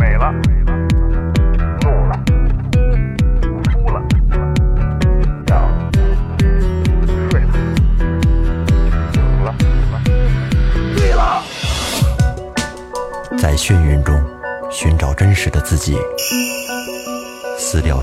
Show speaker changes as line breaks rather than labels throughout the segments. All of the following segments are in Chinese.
美了，怒了，哭了，笑了，睡了，醒了，醉了。
在眩晕中寻找真实的自己，撕掉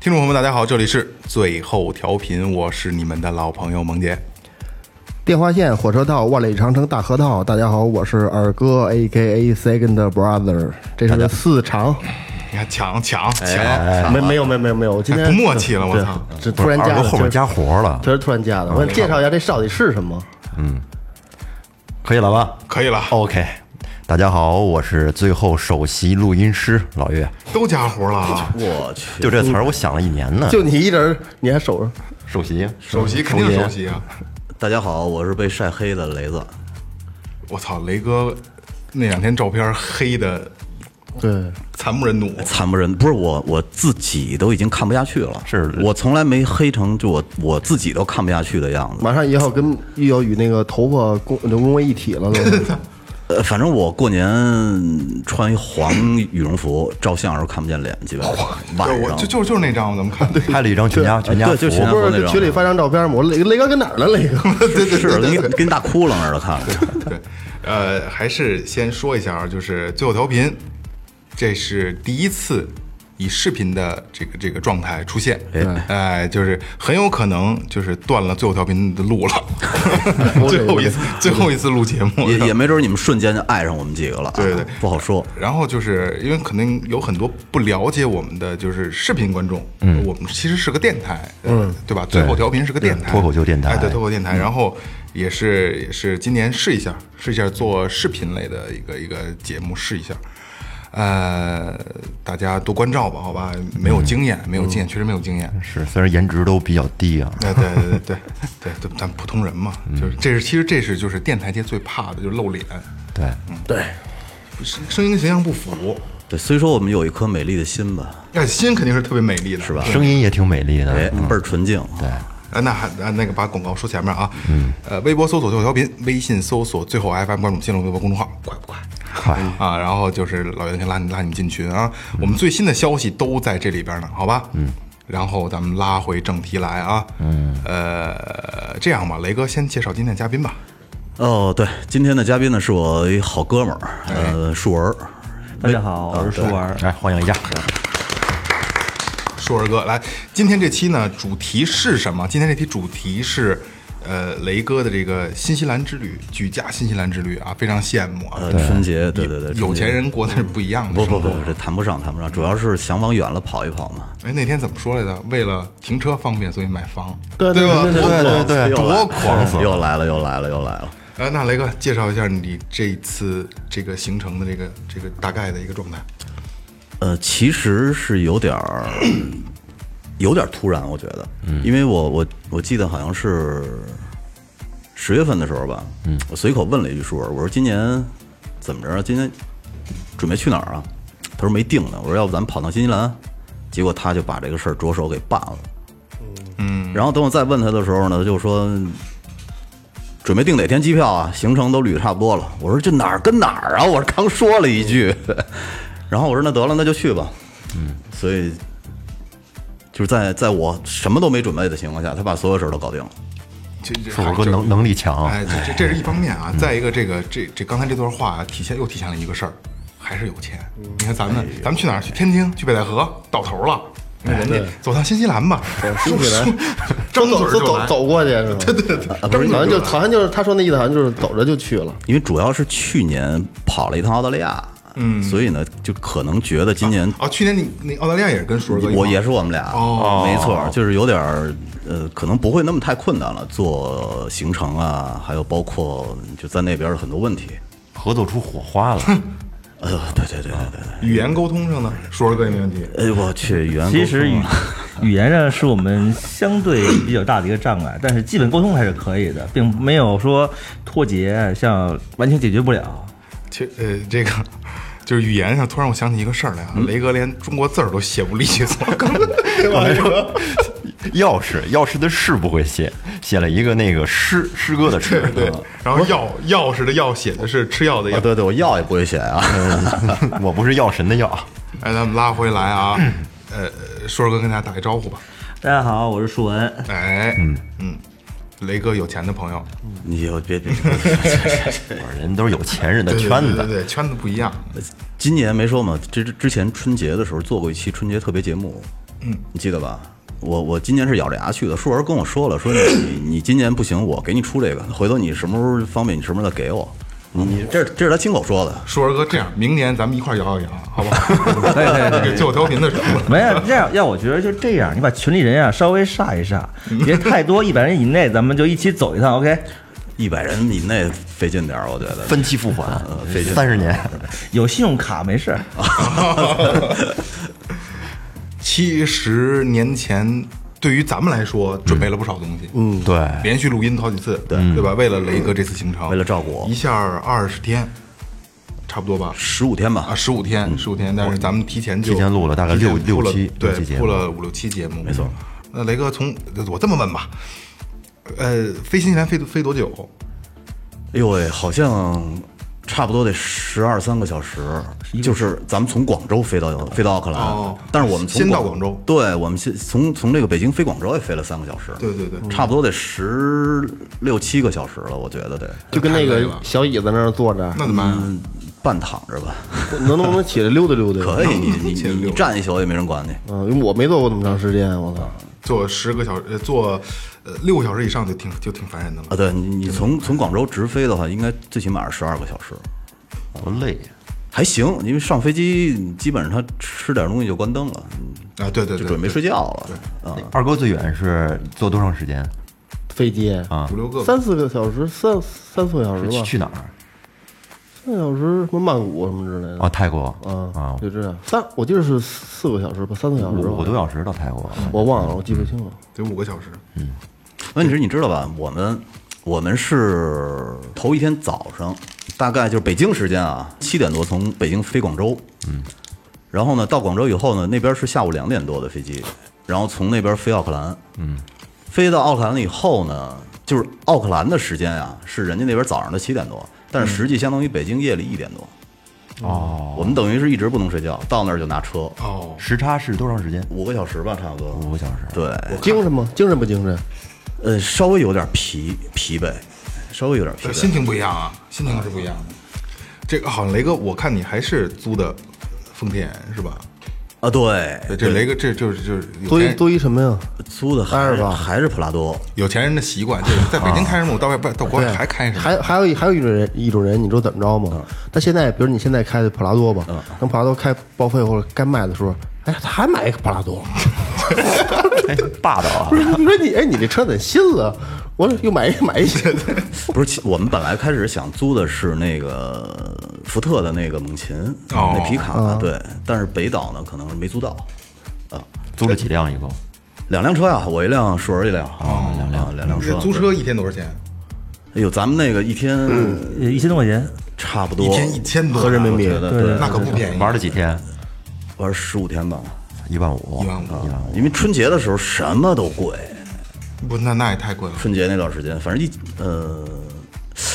听众朋友们，大家好，这里是最后调频，我是你们的老朋友萌姐。
电话线、火车道、万里长城、大河道。大家好，我是二哥，A K A Second Brother，这是四长，
你看抢抢抢！
没没有没有没有没有，我今天
不默契了我
对
操
这突然加
二
的，
哥后面加活了，
这是突然加的。我介绍一下这到底是什么？
可以了吧
可以了，
哦
？OK，大家好，我是最后首席录音师老岳。
都加活了啊！
我去，
就这词儿，我想了一年呢。
就你一人，你还守着，
首席，
首席肯定是首席啊！
大家好，我是被晒黑的雷子。
我操，雷哥那两天照片黑的
对，
惨不忍睹，
惨不忍，不是我我自己都已经看不下去了。
是
我从来没黑成就我我自己都看不下去的样子。
马上也要跟又要与那个头发共融融为一体了，都。
呃，反正我过年穿一黄羽绒服照相的时候看不见脸，基本上晚
对， 我
上
就就就是那张我怎么看？对，
拍了一张全家全家
对就
福
全家
不
福
是这群里发张照片吗？我雷雷哥跟哪儿了？雷哥，
是跟跟大窟窿似的看着。
对， 呃，还是先说一下啊，就是最后调频，这是第一次以视频的这个这个状态出现，哎、就是很有可能就是断了最后调频的路了，最后一次最后一次录节目，
也也没准你们瞬间就爱上我们几个了啊，
对对
不好说。
然后就是因为可能有很多不了解我们的就是视频观众，嗯，我们其实是个电台，嗯，对吧？最后调频是个电台，
脱口秀电台
哎，对，脱口秀电台。然后也是也是今年试一下，试一下做视频类的一个一个节目，试一下。呃，大家多关照吧，好吧？没有经验，没有经验，确实没有经验。
嗯
是，虽然颜值都比较低啊，
哎，对对对对 对对，咱普通人嘛，就是这是其实这是就是电台界最怕的，就是露脸，
对，
声声音跟形象不符。
对，虽说我们有一颗美丽的心吧，
哎，心肯定是特别美丽的，是吧？
声音也挺美丽的，
哎，倍儿纯净。对，
啊，那还啊，那个把广告说前面啊，嗯，呃，微博搜索最后调频，微信搜索最后 FM，关注我们新浪微博公众号，快不快？
快
啊！然后就是老袁先拉你拉你们进群啊，我们最新的消息都在这里边呢，好吧？嗯。然后咱们拉回正题来啊，嗯，呃，这样吧，雷哥先介绍今天的嘉宾吧，
哦，对，今天的嘉宾呢是我一好哥们儿，
哎
呃，树文儿。
大家好，我是舒玩。
哎来欢迎一下，
硕儿哥来。今天这期呢，主题是什么？今天这期主题是。呃，雷哥的这个新西兰之旅，举家新西兰之旅啊，非常羡慕啊！
呃，春节，对对对，
有
春节
钱人过的是不一样的
不
生活。
不不，这谈不上，谈不上，主要是想往远了跑一跑嘛。
哎，那天怎么说来着？为了停车方便，所以买房，
对
对吧？
对
多
对对对
多狂！
死！哎又来了，又来了，又来了。
哎，那雷哥介绍一下你这一次这个行程的这个这个大概的一个状态。
呃，其实是有点儿，有点儿突然，我觉得，因为我我我记得好像是十月份的时候吧，嗯，我随口问了一句说，我说今年怎么着啊？今年准备去哪儿啊？他说没定呢。我说要不咱们跑趟新西兰？结果他就把这个事儿着手给办了。嗯，然后等我再问他的时候呢，他就说准备订哪天机票啊？行程都捋差不多了。我说这哪儿跟哪儿啊？我是刚说了一句，然后我说那得了，那就去吧。嗯，所以就是在在我什么都没准备的情况下，他把所有事儿都搞定了。
这这
是我哥
这
能能力强，
哎，这这这是一方面啊。再一个，这个这这刚才这段话啊体现又体现了一个事儿，还是有钱。你看咱们咱们去哪儿？去天津，去北戴河，到头了。那人家走趟新西兰吧，新西 兰，张嘴
走
就
走
来
走过去是 吧？对对对，好像就好像就是他说那意思，好像就是走着就去了。
因为主要是去年跑了一趟澳大利亚，嗯，所以呢，就可能觉得今年
啊！去年你你澳大利亚也是跟硕儿哥一块儿，
我也是我们俩，
哦
没错，就是有点儿呃，可能不会那么太困难了，做行程啊，还有包括就在那边的很多问题。
合作出火花了，
哎呦，对对对对对对，
语言沟通上呢，说说哥也没问题。
哎呦我去，语言沟通啊
其实语语 言上是我们相对比较大的一个障碍，但是基本沟通还是可以的，并没有说脱节，像完全解决不了。
其实呃，这个就是语言上，突然我想起一个事儿来啊，雷哥连中国字儿都写不利索，刚才
钥匙，钥匙的匙不会写，写了一个那个诗诗歌的诗。
对，然后药钥匙的药写的是吃药的
啊，
药。
对对，我药也不会写啊。
嗯， 我不是药神的药。
哎，咱们拉回来啊，呃，说说哥跟大家打个招呼吧。
大家好，我是舒文，
哎，嗯嗯，雷哥有钱的朋友，
你就别别，别别
我人都是有钱人的
对对
圈
对对
子，
对，圈子不一样。
今年没说嘛，之之前春节的时候做过一期春节特别节目，嗯，你记得吧？我我今年是咬着牙去的，硕儿跟我说了，说你你今年不行，我给你出这个，回头你什么时候方便，你什么时候再给我。你你这这是他亲口说的，
说儿哥这样，明年咱们一块儿摇一摇，好不好？
可以可以可以
给最后调频的说了。
没有这样，要我觉得就这样，你把群里人啊稍微煞一煞，别太多，一百人以内，咱们就一起走一趟，OK？
一百人以内费劲点儿，我觉得。
分期付款
嗯
嗯
费劲
三十年。
有信用卡没事儿，
七十年前，对于咱们来说，准备了不少东西。
嗯，
嗯，
对，
连续录音好几次，对对吧？为了雷哥这次行程，
为了照顾我
一下二十天，差不多吧？
十五天
啊，
吧，
十五天，十五天，但是咱们提前
嗯
就
提前录了大概
提前
六
铺
六
了
期
对
六期节，目
录了五六期节目，没错。那雷哥从我这么问吧，呃，飞新西兰飞飞多久？
哎呦喂，好像差不多得十二三个小时，就是咱们从广州飞到飞到奥克兰，
哦
但是我们从
先到广州
对，我们先从从这个北京飞广州也飞了三个小时，
对对对
差不多得十六七个小时了，我觉得得
就跟那个小椅子那儿坐着，
那怎么办？啊
嗯
半躺着 吧，
能不能起来溜达溜达？
可以，你你
前
你
六
你站一宿也没人管你，
嗯，因为我没坐过那么长时间，我操！
坐十个小时，呃坐呃六个小时以上就挺就挺烦人的了。
啊，对你你从从广州直飞的话，应该最起码是十二个小时，
多累呀。
还行，因为上飞机基本上他吃点东西就关灯了，
啊，对对
就
对，
准备
对
睡觉了，啊。
二哥最远是坐多长时间
飞机
啊
五？六个吧，
三四个小时，三三四个小时
去
吧，
去哪儿？
三个小时什么曼谷什么之类的
嗯
啊，泰国
啊
啊，，
就这样。三，我记得是四个小时吧，三个小时吧，
五五多小时到泰国。
我忘了，我记不清了。
得五个小时。
问题是，你知道吧？我们我们是头一天早上，大概就是北京时间啊，七点多从北京飞广州，嗯，然后呢到广州以后呢，那边是下午两点多的飞机，然后从那边飞奥克兰，嗯，飞到奥克兰了以后呢，就是奥克兰的时间啊，是人家那边早上的七点多，但是实际相当于北京夜里一点多，
哦，
我们等于是一直不能睡觉，到那儿就拿车，
哦，
时差是多长时间？
五个小时吧，差不多，
五个小时。
对，
精神吗？精神不精神？
呃，稍微有点疲疲惫，稍微有点疲惫，
心情不一样啊，心情是不一样的。这个好像雷哥，我看你还是租的丰田是吧？
啊，对，
对，这雷哥这就是就是有
多
钱
一
人
多一什么呀？
租的还
二
是
吧
还是普拉多，
有钱人的习惯， 就是在北京开什么，我到外边到国外还开什么。
啊还还有一还有一种人一种人，你知道怎么着吗？
嗯
他现在比如你现在开的普拉多吧，等普拉多开报废或者该卖的时候，哎，他还买一个普 拉多。
霸道 啊
不！是你说你哎，你这车怎新了？我又买一买一新的。
不是其我们本来开始想租的是那个福特的那个猛禽，
哦
那皮卡，对，但是北岛呢可能没租到，
租了几辆一共？
两辆车呀，我一辆，硕儿一辆，啊，两辆两辆
是
车，
哦租车一天多少钱？
对。哎呦，咱们那个一天
呃一千多块钱，
差不
嗯
多
一天一千多，啊
合人民币
我觉得对，
那可不便宜。
玩了几天？
玩十五天吧，
一万五，
嗯一万五
一万五。
因为春节的时候什么都贵，
不，那那也太贵了。
春节那段时间，反正一呃，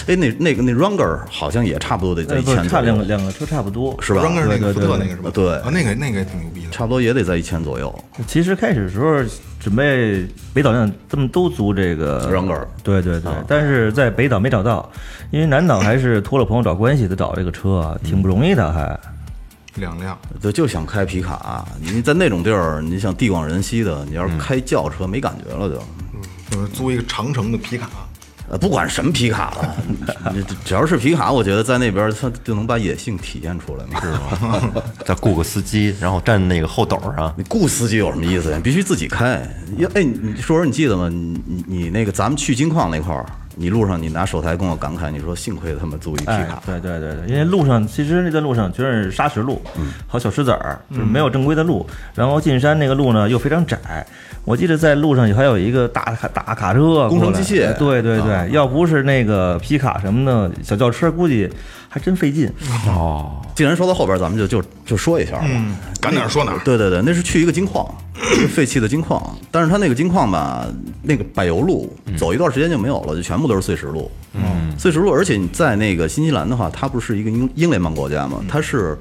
哎，那那个那 Ranger 好像也差不多得在
呃
一
不是
千
差
左
两
右
个，两个车差不多，
是吧
r
呃
a n g e r 那个
对对
福特那个是吧？
对
啊，那个那个也挺牛逼的。
差不多也得在一千左右。
其实开始的时候准备北岛上他们都租这个
Wrangler
对对
啊
对，但是在北岛没找到，因为南岛还是托了朋友找关系的找这个车啊，
嗯
挺不容易的还。
两辆，
对，就想开皮卡。啊你在那种地儿，你想地广人稀的，你
嗯
要是开轿车没感觉了就，
就是租一个长城的皮卡，
呃，不管什么皮卡了， 你你只要是皮卡，我觉得在那边它就能把野性体现出来嘛。是吗？
再雇个司机，然后站那个后斗啊上。
你雇司机有什么意思呀？你必须自己开。要哎，你说说你记得吗？你你你那个咱们去金矿那块儿，你路上你拿手台跟我感慨，你说幸亏他们租一皮
哎
卡，，
对对对对，因为路上其实那段路上全是砂石路和小石子儿，
嗯
就是没有正规的路。然后进山那个路呢又非常窄，我记得在路上还有一个大卡大卡车过来，
工程机械啊
对对对，要不是那个皮卡什么的小轿车，估计还真费劲。
哦
既然说到后边，咱们就就就说一下吧。
嗯赶哪儿说哪儿。
对对对，那是去一个金矿，废弃的金矿，但是它那个金矿吧，那个柏油路走一段时间就没有了，就全部都是碎石路。嗯，碎石路，而且你在那个新西兰的话，它不是一个英英联邦国家嘛，它是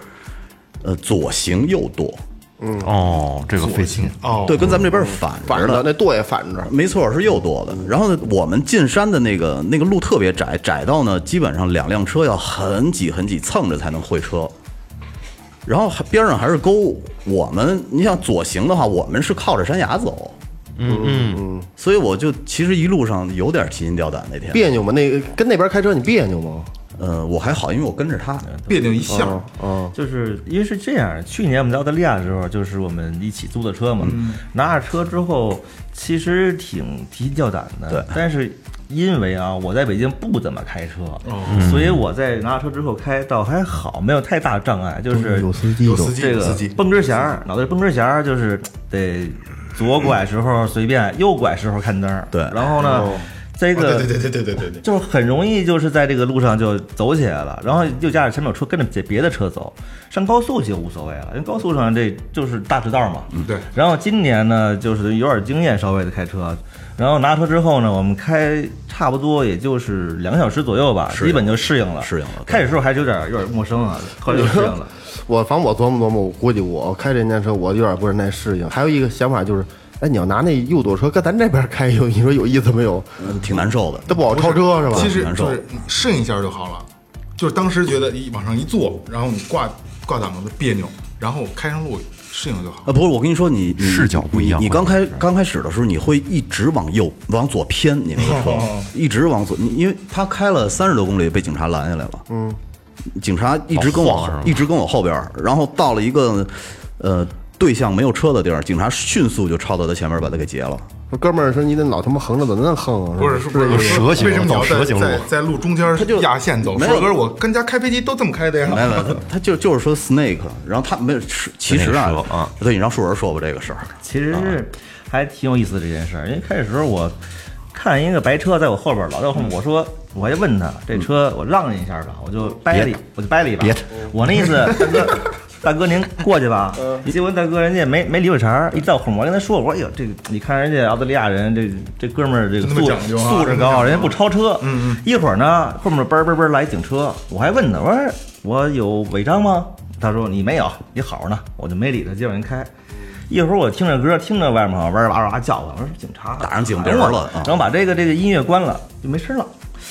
呃左行右舵，嗯
哦，这个费劲，
哦，
对，跟咱们这边是反
反
着
着
的。
那舵也反着，
没错，是右舵的。然后呢，我们进山的那个那个路特别窄，窄到呢，基本上两辆车要很挤很挤蹭着才能会车。然后还边上还是沟，我们你想左行的话，我们是靠着山崖走，嗯嗯嗯，所以我就其实一路上有点提心吊胆那天。
别扭吗？那个跟那边开车你别扭吗？
呃，我还好，因为我跟着他，
别扭一下，
就是因为是这样，去年我们在澳大利亚的时候，就是我们一起租的车嘛，拿着车之后，其实挺提心吊胆的。
对
但是因为啊，我在北京不怎么开车，所以我在拿着车之后开倒还好，没有太大障碍，就是
有司机
有
有
司机，
这
有
个
司机，
蹦根弦儿，脑袋蹦根弦儿，就是得左拐时候随便，右拐时候看灯儿。
对
然后呢，这个、
哦对对对对对对对对，
就是很容易就是在这个路上就走起来了，然后又加上前面有车跟着别别的车走，上高速就无所谓了，因为高速上这就是大直道嘛。
嗯对
然后今年呢，就是有点经验稍微的开车，然后拿车之后呢，我们开差不多也就是两个小时左右吧，基本就适应了。
适应了对
开始时候还是有点有点陌生啊，后来就适应了。
我反正我琢磨琢磨，我估计我开这人家车，我有点不是太适应。还有一个想法就是，哎，你要拿那右舵车跟咱这边开，有你说有意思没有？
嗯挺难受的。
都不好超车是吧？
其实
呃难受
就是适应一下就好了。就是当时觉得一往上一坐，然后你挂挂档子别扭，然后开上路适应就好。
啊，不是，我跟你说，你你
视角不一样
你你
嘛
刚开刚开始的时候，你会一直往右往左偏，你那个车一直往左，你因为他开了三十多公里被警察拦下来了。嗯，警察一直跟
老晃
我
是吗
一直跟我后边儿，然后到了一个呃对向没有车的地儿，警察迅速就超到他前面把他给截了。
说哥们儿说你得老他妈横着，怎么那么横啊？
不是，是不是
这意思
蛇形
为什么你
走
要
蛇
在
形路
啊
在在路中间
就
压线走？
没
硕
有
哥，我跟家开飞机都这么开的
哦
呀。
没有没有， 他他就就是说 snake，然后他没有，是其实啊
snake，蛇啊，
对，你让树人说吧这个事儿。
其实
啊
是还挺有意思的这件事儿，因为开始时候我看一个白车在我后边儿，老在我后
嗯
面，我说我还问他这车我让你一下吧，我就掰了一，我就掰了一把。
别
我那意思，大哥，大哥您过去吧。
嗯
结果大哥人家没没理我茬儿，一到后面我跟他说，我说哎呦这个你看人家澳大利亚人这这哥们儿这个
真他妈
素
讲究啊
素质
真他妈讲
高，
究
人家不超车。嗯嗯。一会儿呢，后面嘣嘣嘣来警车，我还问他，我说我有违章吗？他说你没有，你好着呢，我就没理他，接着人开。一会儿我听着歌，听着外面好像哇哇哇叫唤，我说警察
打上警笛儿了啊
然后把这个这个音乐关了，就没声了。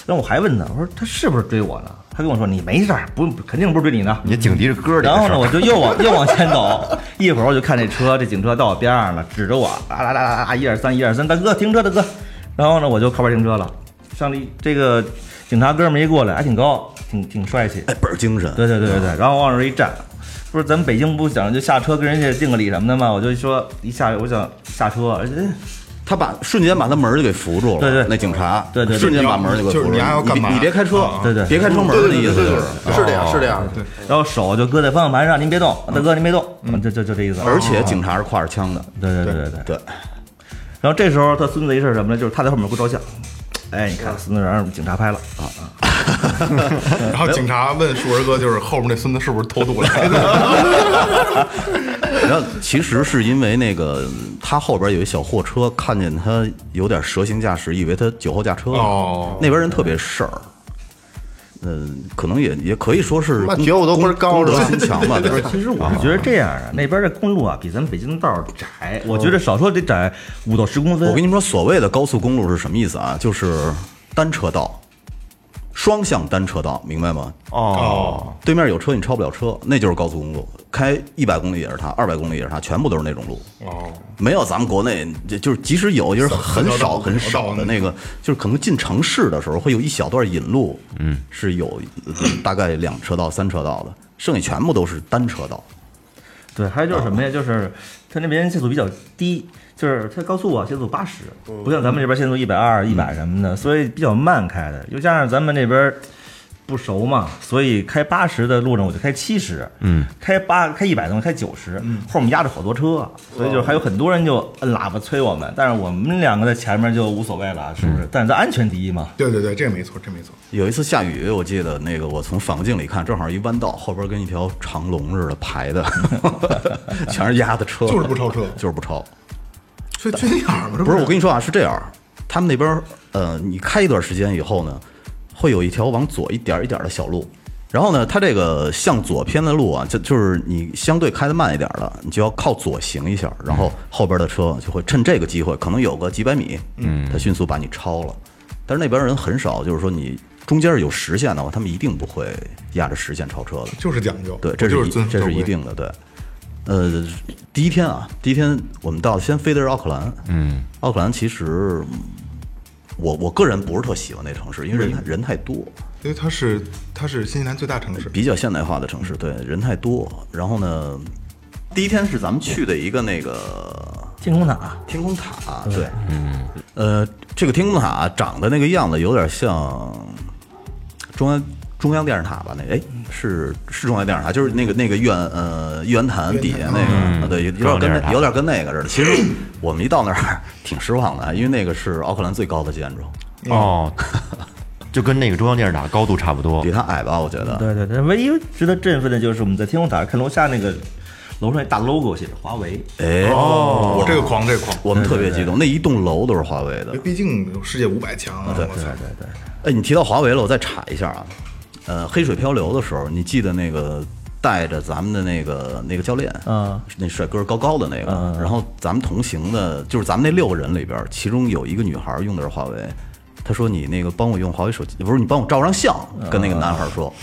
然后我还问他，我说他是不是追我呢？他跟我说你没事儿，不用，肯定不是追你呢。
你警笛是歌里
然
的
后
事
呢，
儿
我就又往又往前走，一会儿我就看这车，这警车到我边上了，指着我，啊啦啦啦啦啦，一二三，一二三，大哥停车，大哥。然后呢，我就靠边停车了。上了一这个警察哥们儿一过来，还挺高，挺挺帅气。
哎，倍儿精神。
对对对对对，然后往这儿一站，不是咱们北京不讲究下车跟人家敬个礼什么的吗？我就说一下，我想下车，哎而且
他把瞬间把他门儿就给扶住了，
对对
那警察，
对对对
瞬间把门儿就给扶住了。
就是你还要干嘛
你别你别开车
啊，
对对
别开车门
对
儿的
对
意
对
思
对
就
对
是。，啊
是这样是这样。
然后手就搁在方向盘上，您别动，大哥您别动，
嗯
就就就这意思。
而且警察是挎着枪的，
对对对对对。
对，
然后这时候他孙子一事儿什么呢？就是他在后面给我照相，哎，你看孙子让警察拍了啊啊！
然后警察问树儿哥，就是后面那孙子是不是偷渡来的？
然后其实是因为那个嗯他后边有一小货车，看见他有点蛇行驾驶，以为他酒后驾车。
哦
那边人特别事儿。嗯，可能也也可以说是
那
公
觉悟都倍儿高
公德
是吧
心强吧， 就是
其实我是觉得这样啊，那边的公路啊比咱们北京的道儿窄，我觉得少说得窄五到十公分。
嗯我跟你们说，所谓的高速公路是什么意思啊？就是单车道，双向单车道，明白吗？
哦，
对面有车你超不了车，那就是高速公路。开一百公里也是它，二百公里也是它，全部都是那种路。
哦，
没有咱们国内，就就是即使有，就是很
小道
少
路
很
小道
少的
路
那个，就是可能进城市的时候会有一小段引路，嗯，是有呃大概两车道、三车道的，剩下全部都是单车道。
对，还有就是什么呀？就是他那边限速比较低，就是他高速啊，限速八十，
嗯
不像咱们这边限速一百二、一百什么的，所以比较慢开的。又加上咱们这边不熟嘛，所以开八十的路上我就开七十，嗯，开八开一百的我开九十，
嗯
后面压着好多车，啊所以
哦
就是还有很多人就摁喇叭催我们，但是我们两个在前面就无所谓了，是不
嗯
是？但是咱安全第一嘛。
对对对，这个没错，这个没错。
有一次下雨，我记得那个我从反光镜里看，正好一弯道，后边跟一条长龙似的排的， 全是压的车，
就是不超车
就是不超。
缺缺心眼儿嘛，这
不是，我跟
你
你说啊，是这样，他们那边儿呃，你开一段时间以后呢，会有一条往左一点儿一点儿的小路，然后呢，它这个向左偏的路啊，就就是你相对开的慢一点儿的，你就要靠左行一下，然后后边的车就会趁这个机会，可能有个几百米，嗯，它迅速把你超了。但是那边人很少，就是说你中间有实线的话，他们一定不会压着实线超车的。
就是讲究，
对，
我
这
就是
一
遵守
这是
规
一
矩。
定的，对。呃，第一天啊，第一天我们到先飞的是奥克兰，嗯，奥克兰其实嗯我我个人不是特喜欢那城市，因为人太人太多，
因为它是它是新西兰最大城市，
比较现代化的城市，对，人太多。然后呢，第一天是咱们去的一个那个
天空塔，啊
天空塔，对，嗯，呃，这个天空塔长得那个样子有点像中央中央电视塔吧？那哎，是是中央电视塔，就是那个那个院呃玉渊潭底下那个，啊对，有有点
中央
跟
电视塔
那有点跟那个似的。其实我们一到那儿 挺失望的，因为那个是奥克兰最高的建筑，
哦，
嗯
就跟那个中央电视塔高度差不多
比。它矮吧？我觉得。
对对对，唯一值得振奋的就是我们在天空塔看楼下那个楼上那大 logo 写着华为，
哎，
哦
我这个狂这个狂，
我们特别激动，那一栋楼都是华为的
因为。毕竟世界五百强啊，我操！
哎，你提到华为了，我再插一下啊。呃，黑水漂流的时候，你记得那个带着咱们的那个那个教练，
嗯，
那帅哥高高的那个，然后咱们同行的，就是咱们那六个人里边，其中有一个女孩用的是华为。她说：“你那个帮我用华为手机，不是你帮我照张相。”跟那个男孩说，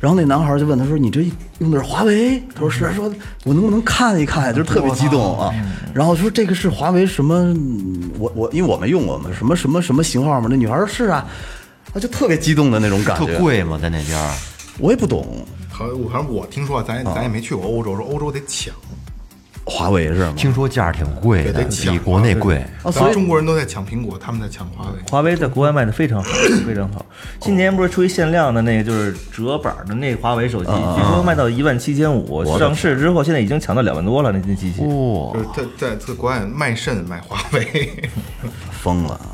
然后那男孩就问他说：“你这用的是华为？”他说：“是。”啊说：“我能不能看一看呀？”就是特别激动啊。然后说：“这个是华为什么？嗯我我因为我没用过嘛，什么什么什么型号嘛。”那女孩说：“是啊。”啊，就特别激动的那种感
特
觉。
贵吗？在那边儿？
我也不懂
好像我反正我听说啊，咱也咱也没去过欧洲，说欧洲得抢，
华为是吗？
听说价儿挺贵
对
的，
得抢
比国内贵。
啊，
然
所
后
以
中国人都在抢苹果，他们在抢华为。
华为在国外卖的非常 好，非常好。今年不是出一限量的那个就是折板的那华为手机，据说卖到一万七千五，上市之后现在已经抢到两万多了那那机器。
哦
哇
嗯
就是在在在国外卖肾卖华为，
疯了啊。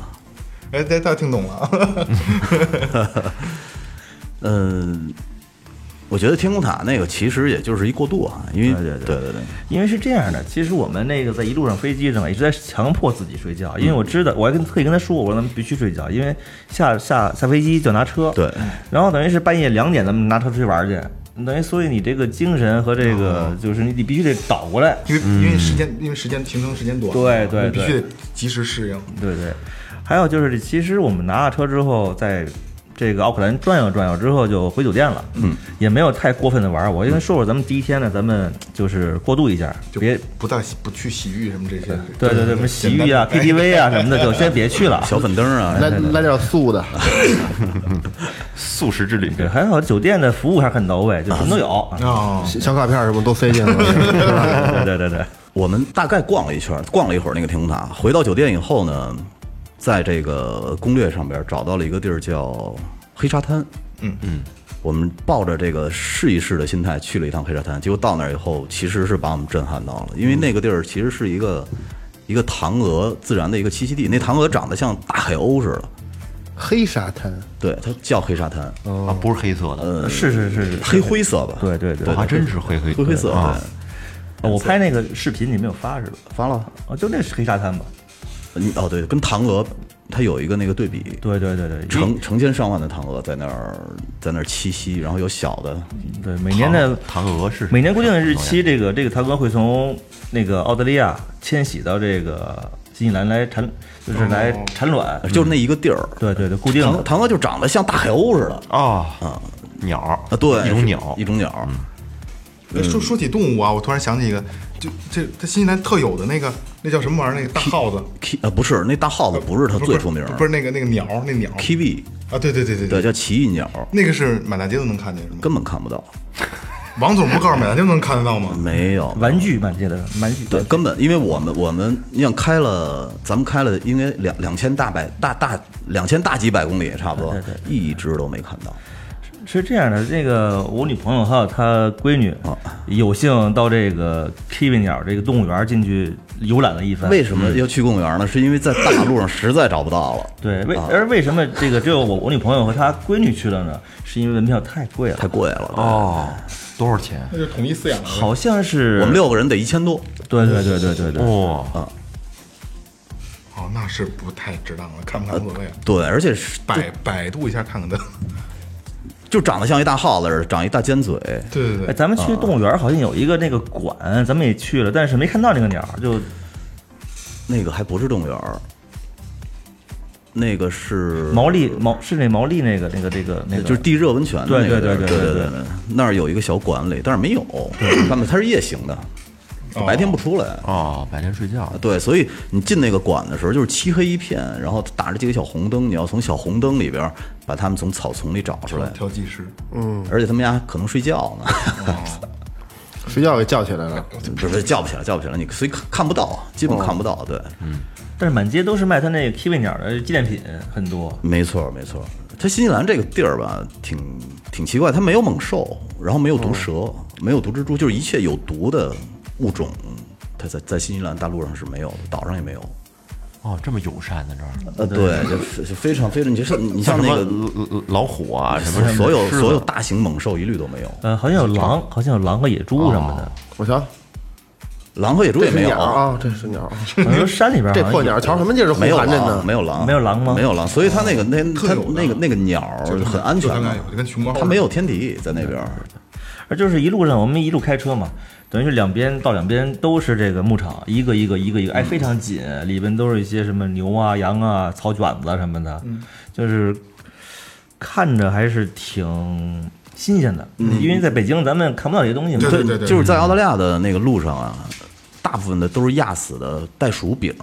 哎，大家听懂了啊？
嗯，我觉得天空塔那个其实也就是一过渡啊，因为对对对
因为是这样的，其实我们那个在一路上飞机上一直在强迫自己睡觉，因为我知道，我还跟特意跟他说，我说咱们必须睡觉，因为下下下飞机就拿车，
对，
然后等于是半夜两点咱们拿车出去玩去，等于所以你这个精神和这个就是你你必须得倒过来，
因为因为时
嗯
间因为时间行程时间短，
对对
你必须
对
得及时适应。
对对，还有就是，其实我们拿了车之后，在这个奥克兰转悠转悠之后就回酒店了，嗯，也没有太过分的玩儿。我先说说咱们第一天呢，咱们就是过渡一下，
就
别
不再不去洗浴什么这些，
对对对，什么洗浴啊、
简单
KTV 啊 什么的，就先别去了。
小粉灯啊，
来来点素的，
素食之旅
对，还好酒店的服务还是很到位，就什么都有。
啊
哦，
小卡片什么都塞进去了。
对啊对对对，
我们大概逛了一圈，逛了一会儿那个天空塔，回到酒店以后呢，在这个攻略上边找到了一个地儿叫黑沙滩。嗯嗯，我们抱着这个试一试的心态去了一趟黑沙滩，结果到那儿以后，其实是把我们震撼到了，因为那个地儿其实是一个一个塘鹅自然的一个栖息地，那塘鹅长得像大海鸥似的，
黑沙滩，
对，它叫黑沙滩，
啊，不是黑色的，
呃是是是是，
黑灰色吧？
对对对
嗯
哦
对，
还真是灰黑
灰灰色。
啊。
对，
我拍那个视频你没有发是吧？
发了，
哦，就那是黑沙滩吧？
你哦对，跟塘鹅它有一个那个对比，
对对对对，因
成成千上万的塘鹅在那儿在那儿栖息，然后有小的，
对每年的
唐鹅是
每年固定的日期，这个这个唐鹅会从那个澳大利亚迁徙到这个新西兰来产，就是来产卵。
哦就是那一个地儿。
对对对，固定
塘
的。
塘鹅就长得像大海鸥似的
啊，鸟啊
嗯啊，对，
一种
是
鸟嗯
一，种鸟，
哎
嗯
说说起动物啊，我突然想起一个，就这它新西兰特有的那个，那叫什么玩意儿？那个大耗子，
ki 呃不是那大耗子不是它最出名
不是不是那个那个鸟，那鸟
，kiwi
啊，对对对对
对，叫奇异鸟，
那个是满大街都能看见，是吗？
根本看不到。
王总不告诉买家就能看得到吗？
没有，
嗯
玩具满街的玩具，
对，根本因为我们我们你想开了，咱们开了应该两两千大百大大两千大几百公里差不多，一只都没看到。
是这样的，这个我女朋友还有她闺女，
哦
有幸到这个 Kiwi 鸟这个动物园进去游览了一番。嗯
为什
嗯
么要去公园呢？是因为在大路上实在找不到了，
对，为
啊
而为什么这个只有我我女朋友和她闺女去了呢？是因为门票太贵了
太，贵了。
哦，多少钱？
那就统一饲养了。
好像是
我们，六个哦人得一千多，
对对对对对对，
哇，
嗯
哦，那是不太值当了，看不看无所谓了。
呃对，而且是
百百度一下看看得了。
就长得像一大耗子似的，长一大尖嘴，
对对
哎，
对，
咱们去动物园好像有一个那个馆，咱们也去了，但是没看到那个鸟，就
那个还不是动物园儿，那个是
毛利毛是那毛利那个那个这个那个，
就是地热温泉的那个地儿，
对对对
对
对对
对，那儿有一个小馆里，但是没有，他们它是夜行的，
哦
白天不出来。
哦，白天睡觉
对，所以你进那个馆的时候，就是漆黑一片，然后打着几个小红灯，你要从小红灯里边把他们从草丛里找出来，
调技师，
而且他们家可能睡觉呢，
睡觉给叫起来了。
不是叫不起来，叫不起来，你所以看看不到，基
哦
本看不到。对，
但是满街都是卖他那个 Kiwi 鸟的纪念品，很多。
没错没错。它新西兰这个地儿吧，挺挺奇怪，它没有猛兽，然后没有毒蛇，没有毒蜘蛛，就是一切有毒的物种，它在在新西兰大陆上是没有的，岛上也没有。
哦，这么友善呢这儿。
呃，对，就非就非常非常，你像你像
像
那
什
个
么老老虎啊，什么
所有
狮子
所有大型猛兽一律都没有，
呃，好像有狼，好像有狼和野猪什么
哦
的。
我瞧，
狼和野猪
这
也
是
没有
鸟，啊，这是鸟啊，
好像山里边
这
好像
破
有
鸟，瞧什么劲儿？呼
没有
喊着呢
狼，，没有狼，
没有狼吗
没有狼，所以它那个那它
有的
那个那个鸟儿很安全
就它
嘛
俩有就跟熊猫似的
它啊没有天敌在那边儿，
而就是一路上我们一路开车嘛，等于是两边到两边都是这个牧场，一个一个一个一个，哎，非常紧，里边都是一些什么牛啊、羊啊、草卷子啊什么的，就是看着还是挺新鲜的，因为在北京咱们看不到这些东西嘛。
对对对对，
就是在澳大利亚的那个路上啊，大部分的都是压死的袋鼠饼，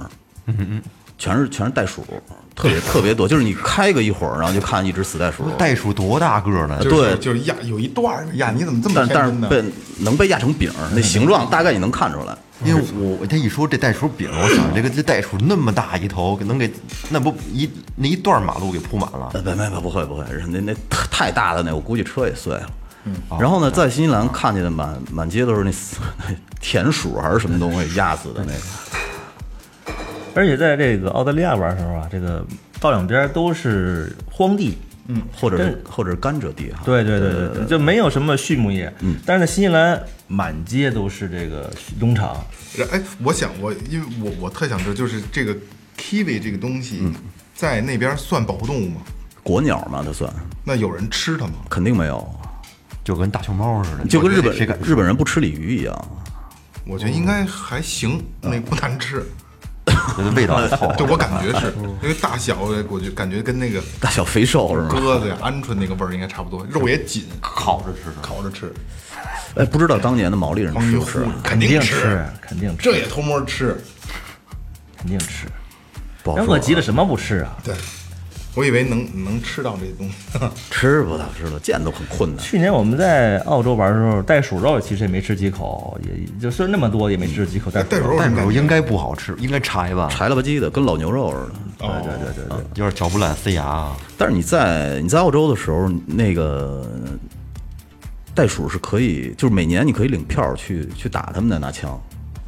全是全是袋鼠，特别特别多，就是你开个一会儿，然后就看一只死袋鼠，
袋鼠多大个儿呢？
就是
对
就是压有一段儿呀，你怎么这么
但但
天真
是
呢？
被能被压成饼儿，那形状大概你能看出来。
因为我他一说这袋鼠饼，我想这个这袋鼠那么大一头，能给那不一那一段马路给铺满了
呃，没没不不会不会，是那那太太大的那，我估计车也碎了。
嗯
然后呢，在新西兰看见的满满街都是那死 那田鼠还是什么东西压死的那个，
而且在这个澳大利亚玩的时候啊，这个到两边都是荒地，嗯，
或者是或者是甘蔗地哈。
对对对对对，就没有什么畜牧业。嗯，但是在新西兰满街都是这个农场，
然哎，我想我因为我我特想知道，就是这个 kiwi 这个东西
嗯
在那边算保护动物吗？
国鸟嘛，它算
那有人吃它吗？
肯定没有，
就跟大熊猫似的，
就跟
我
日
觉得
本
谁敢
日本人不吃鲤鱼一样。
我觉得应该还行，
嗯
那不难吃。，
觉得味道也好
对我感觉是，
嗯
因为大小我就感觉跟那个
大小肥瘦是吗？
鸽子呀、鹌鹑那个味儿应该差不多，肉也紧，烤着吃，烤着吃，
哎，不知道当年的毛利人
黄
吃
鱼
不吃
糊
啊？
肯
定
吃
吃，，肯定吃，
这也偷摸吃。
肯定吃。
不好
那
说
我急了什么不吃啊？
对，我以为能能吃到这东西。
吃不到吃了，见都很困难。
去年我们在澳洲玩的时候，袋鼠肉其实也没吃几口，也就虽然那么多也没吃几口袋鼠
袋鼠
肉。
呃肉
袋
什么
鼠
感
肉
觉？
应该不好吃，应该柴吧，
柴了吧唧的，跟老牛肉似的。
哦，对对对
有点嚼不烂塞牙。啊
但是你在你在澳洲的时候，那个袋鼠是可以，就是每年你可以领票去去打他们的拿枪，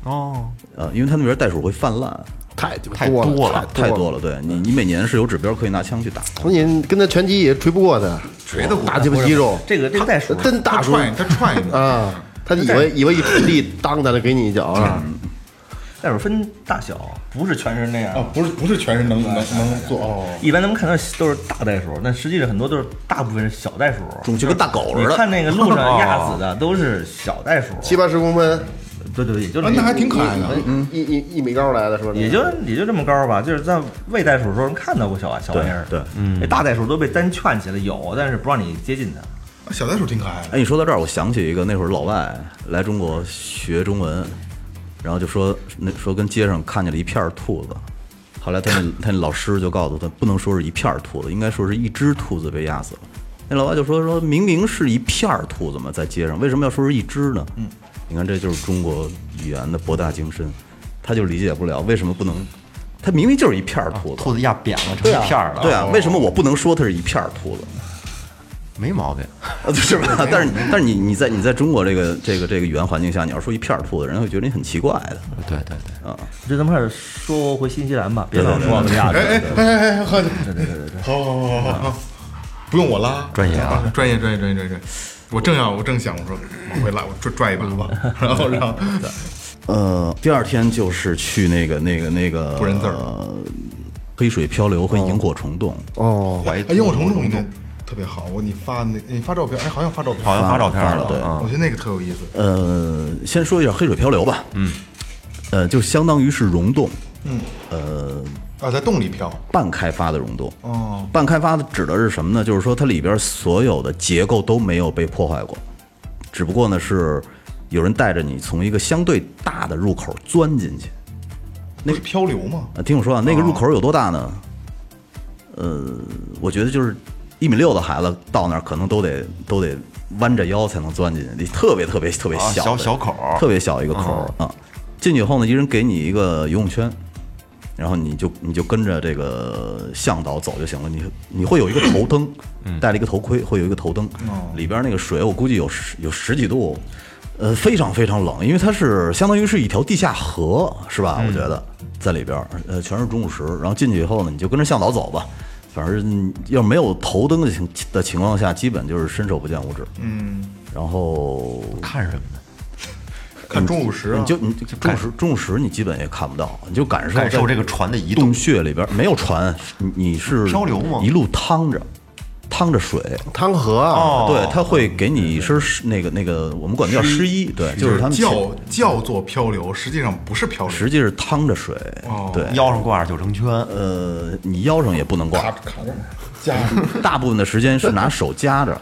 哦，
呃，因为他那边袋鼠会泛滥，
太鸡巴
太
多
多了
太多了。对你，你每年是有指标可以拿枪去打。
你跟他拳击也锤不过他，
锤子骨
大鸡巴肌肉，
这个这个袋鼠，
真
他
打出
踹你，他踹你，
啊！他以为以为一出力当他了，给你一脚啊！
袋鼠分大小，不是全是那
啊
样。，
不是不是全是能能能做哦，
一般咱们看到都是大袋鼠，但实际上很多都是大部分是小袋鼠，
种就跟大狗似
你
的
看那个路上压死的都是小袋鼠，
七八十公分，
对对对，也就是
啊那还挺可爱的。
一一一米高来的是吧？
也就也就这么高吧，就是在喂袋鼠的时候看到过小小玩意儿，
对对
嗯，那大袋鼠都被单圈起来有，但是不让你接近它。
小袋鼠挺可爱的，
哎，你说到这儿，我想起一个，那会儿老外来中国学中文，然后就说那说跟街上看见了一片儿兔子， 后来他那他那老师就告诉他，不能说是一片儿兔子，应该说是一只兔子被压死了。那老外就说说明明是一片儿兔子嘛，在街上为什么要说是一只呢？嗯，你看这就是中国语言的博大精深，他就理解不了为什么不能，他明明就是一片儿兔子，
哦兔子压扁了成一片儿了，哦
对啊，为什么我不能说它是一片儿兔子？
没毛病。
呃，是吧？但是但是你你在你在中国这个这个这个语言环境下，你要说一片儿兔子，人家会觉得你很奇怪的。
对对对，
这咱们开始说回新西兰吧，别老说澳大利亚
哎
了。
哎哎哎哎，好，对对对对，好好好好好，不用我拉，
专业啊，
专业专业专业专业专业。我正要，我正想，我说往回拉，我拽拽一把吧， 然后然后
呃，第二天就是去那个那个那个
不认字儿
呃黑水漂流和萤火虫洞。
哦，
怀
哎，萤火虫洞那特别好，我你发那你发照片，哎，好像发照片，
好像发照片
发
了，
了对
嗯
我觉得那个特有意思。
呃，先说一下黑水漂流吧。嗯，呃，就相当于是溶洞，
嗯，
呃，
啊，在洞里飘，
半开发的溶洞。
哦，
半开发的指的是什么呢？就是说它里边所有的结构都没有被破坏过，只不过呢是有人带着你从一个相对大的入口钻进去。
那是漂流吗？
啊，听我说啊，那
哦
个入口有多大呢？呃，我觉得就是一米六的孩子到那儿可能都得都得弯着腰才能钻进去，特别特别特别
啊
小的、
小小口儿嗯
特别小一个口儿、啊。进去以后呢，一人给你一个游泳圈，然后你就你就跟着这个向导走就行了。你你会有一个头灯，
嗯
戴了一个头盔，会有一个头灯，
哦
里边那个水我估计有十有十几度。呃，非常非常冷，因为它是相当于是一条地下河，是吧？
嗯
我觉得在里边，呃，全是钟乳石。然后进去以后呢，你就跟着向导走吧。反正要没有头灯的情的情况下，基本就是伸手不见五指。
嗯，
然后
看什么呢？
看钟乳石啊，
你嗯就你就中石中石你基本也看不到，你就感受
感受
在
这个船的移动
洞穴里边没有船，你你是
漂流吗
一路趟着，趟着水。
汤河啊，
哦，
对，他会给你一身湿那个那个，我们管叫湿衣，对，就是他们
叫叫做漂流，实际上不是漂流，
实际是趟着水
哦，
对，
腰上挂着九成圈，
呃，你腰上也不能挂
卡，卡着加上
大部分的时间是拿手夹着。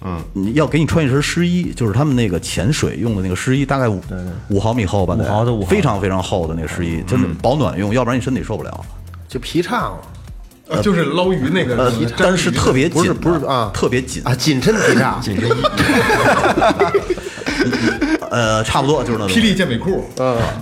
嗯，你要给你穿一身湿衣，就是他们那个潜水用的那个湿衣，大概五五毫米厚吧，
五毫的五毫
非常非常厚的那个湿衣，真的保暖用，要不然你身体受不了。
就皮叉嘛，
啊就是捞鱼那个嗯
呃，，但是特别紧
不是
的，
不是啊
特别紧
啊，紧身 皮叉，
紧身衣，
呃，差不多就是那种
霹雳健美裤，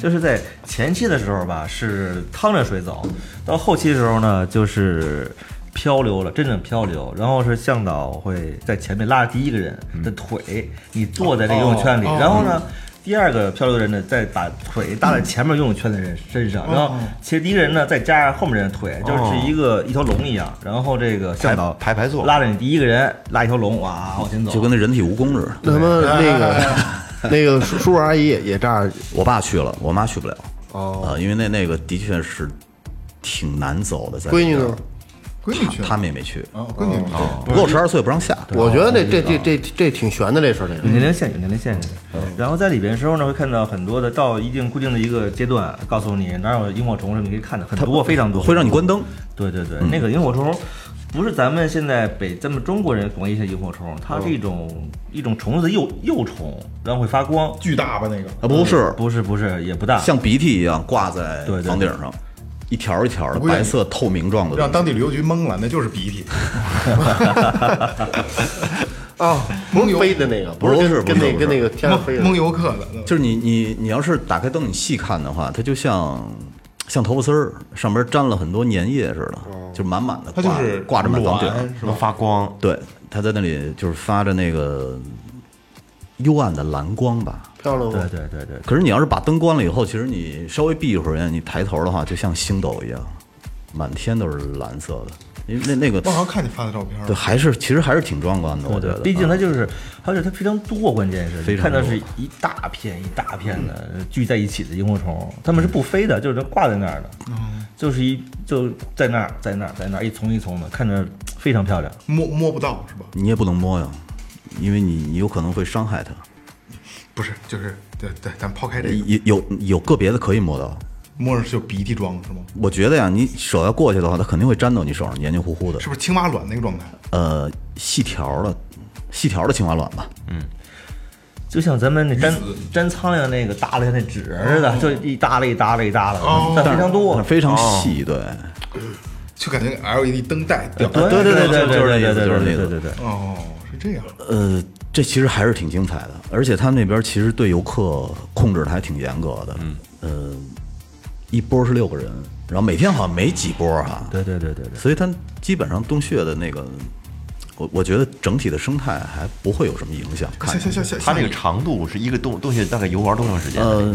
就是在前期的时候吧，是趟着水走；到后期的时候呢，就是漂流了，真正漂流。然后是向导会在前面拉着第一个人的腿，你坐在这个游泳圈里，
哦哦
然后呢。第二个漂流的人呢，再把腿搭在前面游泳圈的人身上，然后其实第一个人呢，再加上后面人的腿，就是一个一条龙一样。然后这个向导
排排坐
拉着你第一个人拉一条龙，哇，往前走，
就跟那人体蜈蚣似的。
那他妈那个那个叔叔阿姨也也这样，
我爸去了，我妈去不了。哦，因为那那个的确是挺难走的，在
闺女
里边
呢？
闺女去了
他们也没去，
啊，闺女
不够十二岁不让下。
我觉得这这这这这挺悬的这事儿，这
有
个
年龄限制，有年龄限制。然后在里边的时候呢，会看到很多的，到一定固定的一个阶段，告诉你哪有萤火虫什么，你可以看到很多，非常多，
会让你关灯。
对对对，那个萤火虫不是咱们现在北咱们中国人广义的萤火虫，它是一种一种虫子的幼幼虫，然后会发光。
巨大吧那个，
啊，不是，
不是不是，也不大，
像鼻涕一样挂在
对对对
房顶上，一条一条的
不愿意
白色透明状的东
让
西。
当地旅游局懵了，那就是鼻涕，
啊，不是飞的那个，不
不
是
是
跟跟
不是
那跟那个天上飞
蒙
的
蒙游客的，那
就是你你你要是打开灯你细看的话，它就像像头发丝儿上边沾了很多粘液似的，就满满的
哦它
挂
就是
挂着满房顶。
卵是
能
吧？
发光，
对，他在那里就是发着那个幽暗的蓝光吧。
漂亮
对
吗？
对对对，
可是你要是把灯关了以后，其实你稍微闭一会儿眼，你抬头的话，就像星斗一样，满天都是蓝色的。因为那那个
我好像看你发的照片
对，
了，
还是其实还是挺壮观的，我觉
对
得。
对，毕竟
啊
它就是，而且它非常多，关键是
非
你看
常
到
多
是一大片一大片的聚在一起的萤火虫，它们是不飞的，就是挂在那儿的，就是一就在那儿在那儿在那儿一丛一丛的，看着非常漂亮。
摸摸不到是吧？
啊你也不能摸呀，因为你你有可能会伤害它。
不是，就是对对，咱抛开这个，
有有有个别的可以摸到，
摸上去就鼻涕装是吗？
我觉得呀，你手要过去的话，它肯定会粘到你手上，黏黏糊糊的
是。不是青蛙卵那个状态？
呃，细条的，细条的青蛙卵吧。
就像咱们那粘粘苍蝇那个耷拉下那纸似的，就一耷拉一耷拉一耷拉的，但非常多
非常细，对，
就感觉 LED 灯带掉。
对
呃对对
对
对
对
就是那
对
意思
对
就是那
对
意思
对对对，
哦，是这样。
呃，这其实还是挺精彩的，而且他们那边其实对游客控制的还挺严格的。嗯，呃，一波是六个人，然后每天好像没几波哈、
对对对对对，
所以它基本上洞穴的那个，我我觉得整体的生态还不会有什么影响。看
行行行行，
它这个长度是一个洞洞穴大概游玩多长时间？啊
呃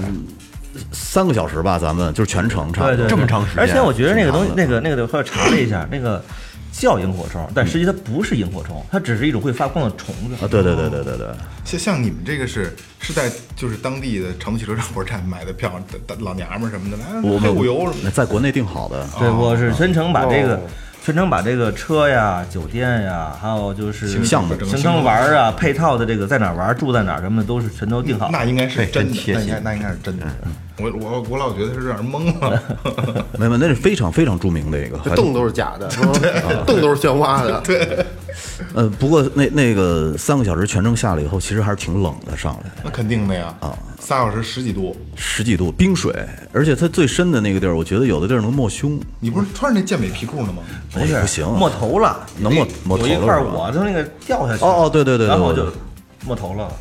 三个小时吧，咱们就是全程差不多。
这么长时间
而且我觉得那个东西
挺，
那个那个的，我后来查了一下，那个呃叫萤火虫，但实际它不是萤火虫，它只是一种会发光的虫子
啊，。对对对对对对，
像像你们这个是是在就是当地的长途汽车站火车站买的票，大大老娘们儿什么的，哎
我
黑
们
五油什么的。
在国内定好的，
对，我是全程把这个
哦，
全程把这个车呀、酒店呀，还有就是
项目
行程玩儿啊、配套的这个在哪儿玩儿、住在哪儿什么的，都是全都定好了。
那应该是真嗯
真
的，
贴
那应
心
该那应该是真的。我我我老觉得是让人懵 了。
没有，那是非常非常著名的一个。还
洞都是假的， 嗯洞都是炫挖的，对，
呃，不过那那个三个小时全程下来以后，其实还是挺冷的，上来
那肯定的呀，仨小时十几度，
十几度冰水，而且它最深的那个地儿，我觉得有的地儿能没胸，
你不是穿着那健美皮裤呢吗？
不是不行，啊
没头了，
能没没头了
有一块儿
是吧
我从那个掉下去。
哦哦对对对对
然后
对
就
对
没头了。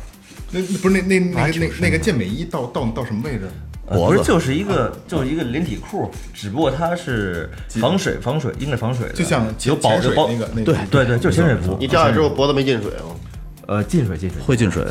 那那啊不是那那那个那那个健美衣到到到什么位置？
呃
脖
不是，
子
就是一个就是一个连体裤，只不过它是防水防水，应该防水的，
就像
有
潜
保
潜水
有保
那个那个
对对对，就是潜水服。
你掉下来之后脖子没进水哦吗？
呃进水进水
会进水，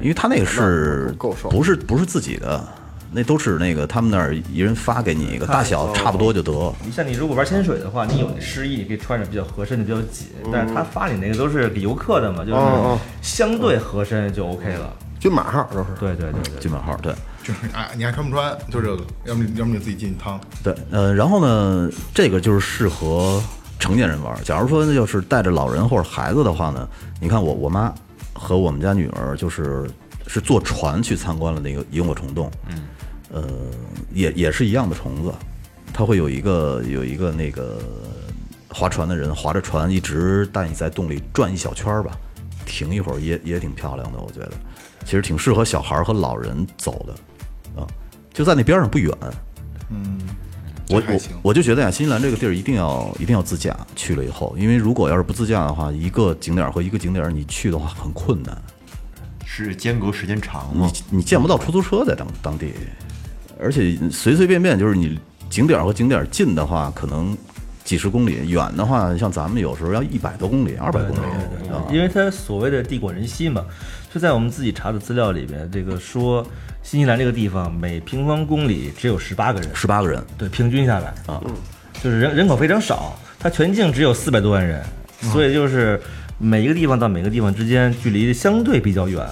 因为他那个是
够够瘦
不是不是自己的，那都是那个他们那儿一人发给你一个大小差不多就得。
你像你如果玩潜水的话，你有那湿衣，你可以穿着比较合身的比较紧，但是
嗯
他发你那个都是给游客的嘛，就是
哦哦
相对合身就 OK 了。
均码号都是。
对对对对，
金本号对
就是啊，你爱穿不穿，就这个，要么你要么你自己进汤。
对，呃，然后呢，这个就是适合成年人玩儿。假如说那就是带着老人或者孩子的话呢，你看我我妈和我们家女儿就是是坐船去参观了那个萤火虫洞，嗯，呃，也也是一样的虫子，它会有一个有一个那个划船的人划着船一直带你在洞里转一小圈儿吧，停一会儿也也挺漂亮的，我觉得，其实挺适合小孩儿和老人走的，啊，就在那边上不远，我
嗯这还
我
行
我就觉得呀、新西兰这个地儿一定要一定要自驾去了以后，因为如果要是不自驾的话，一个景点儿和一个景点儿你去的话很困难，
是间隔时间长吗
你？你见不到出租车在当当地，而且随随便便就是你景点儿和景点儿近的话，可能几十公里，远的话像咱们有时候要一百多公里、二百公里
哦
啊。
因为它所谓的地广人稀嘛，就在我们自己查的资料里边，这个说新西兰这个地方每平方公里只有十八个人，
十八个人，
对，平均下来啊，就是人人口非常少，它全境只有四百多万人，
嗯
所以就是每一个地方到每个地方之间距离相对比较远，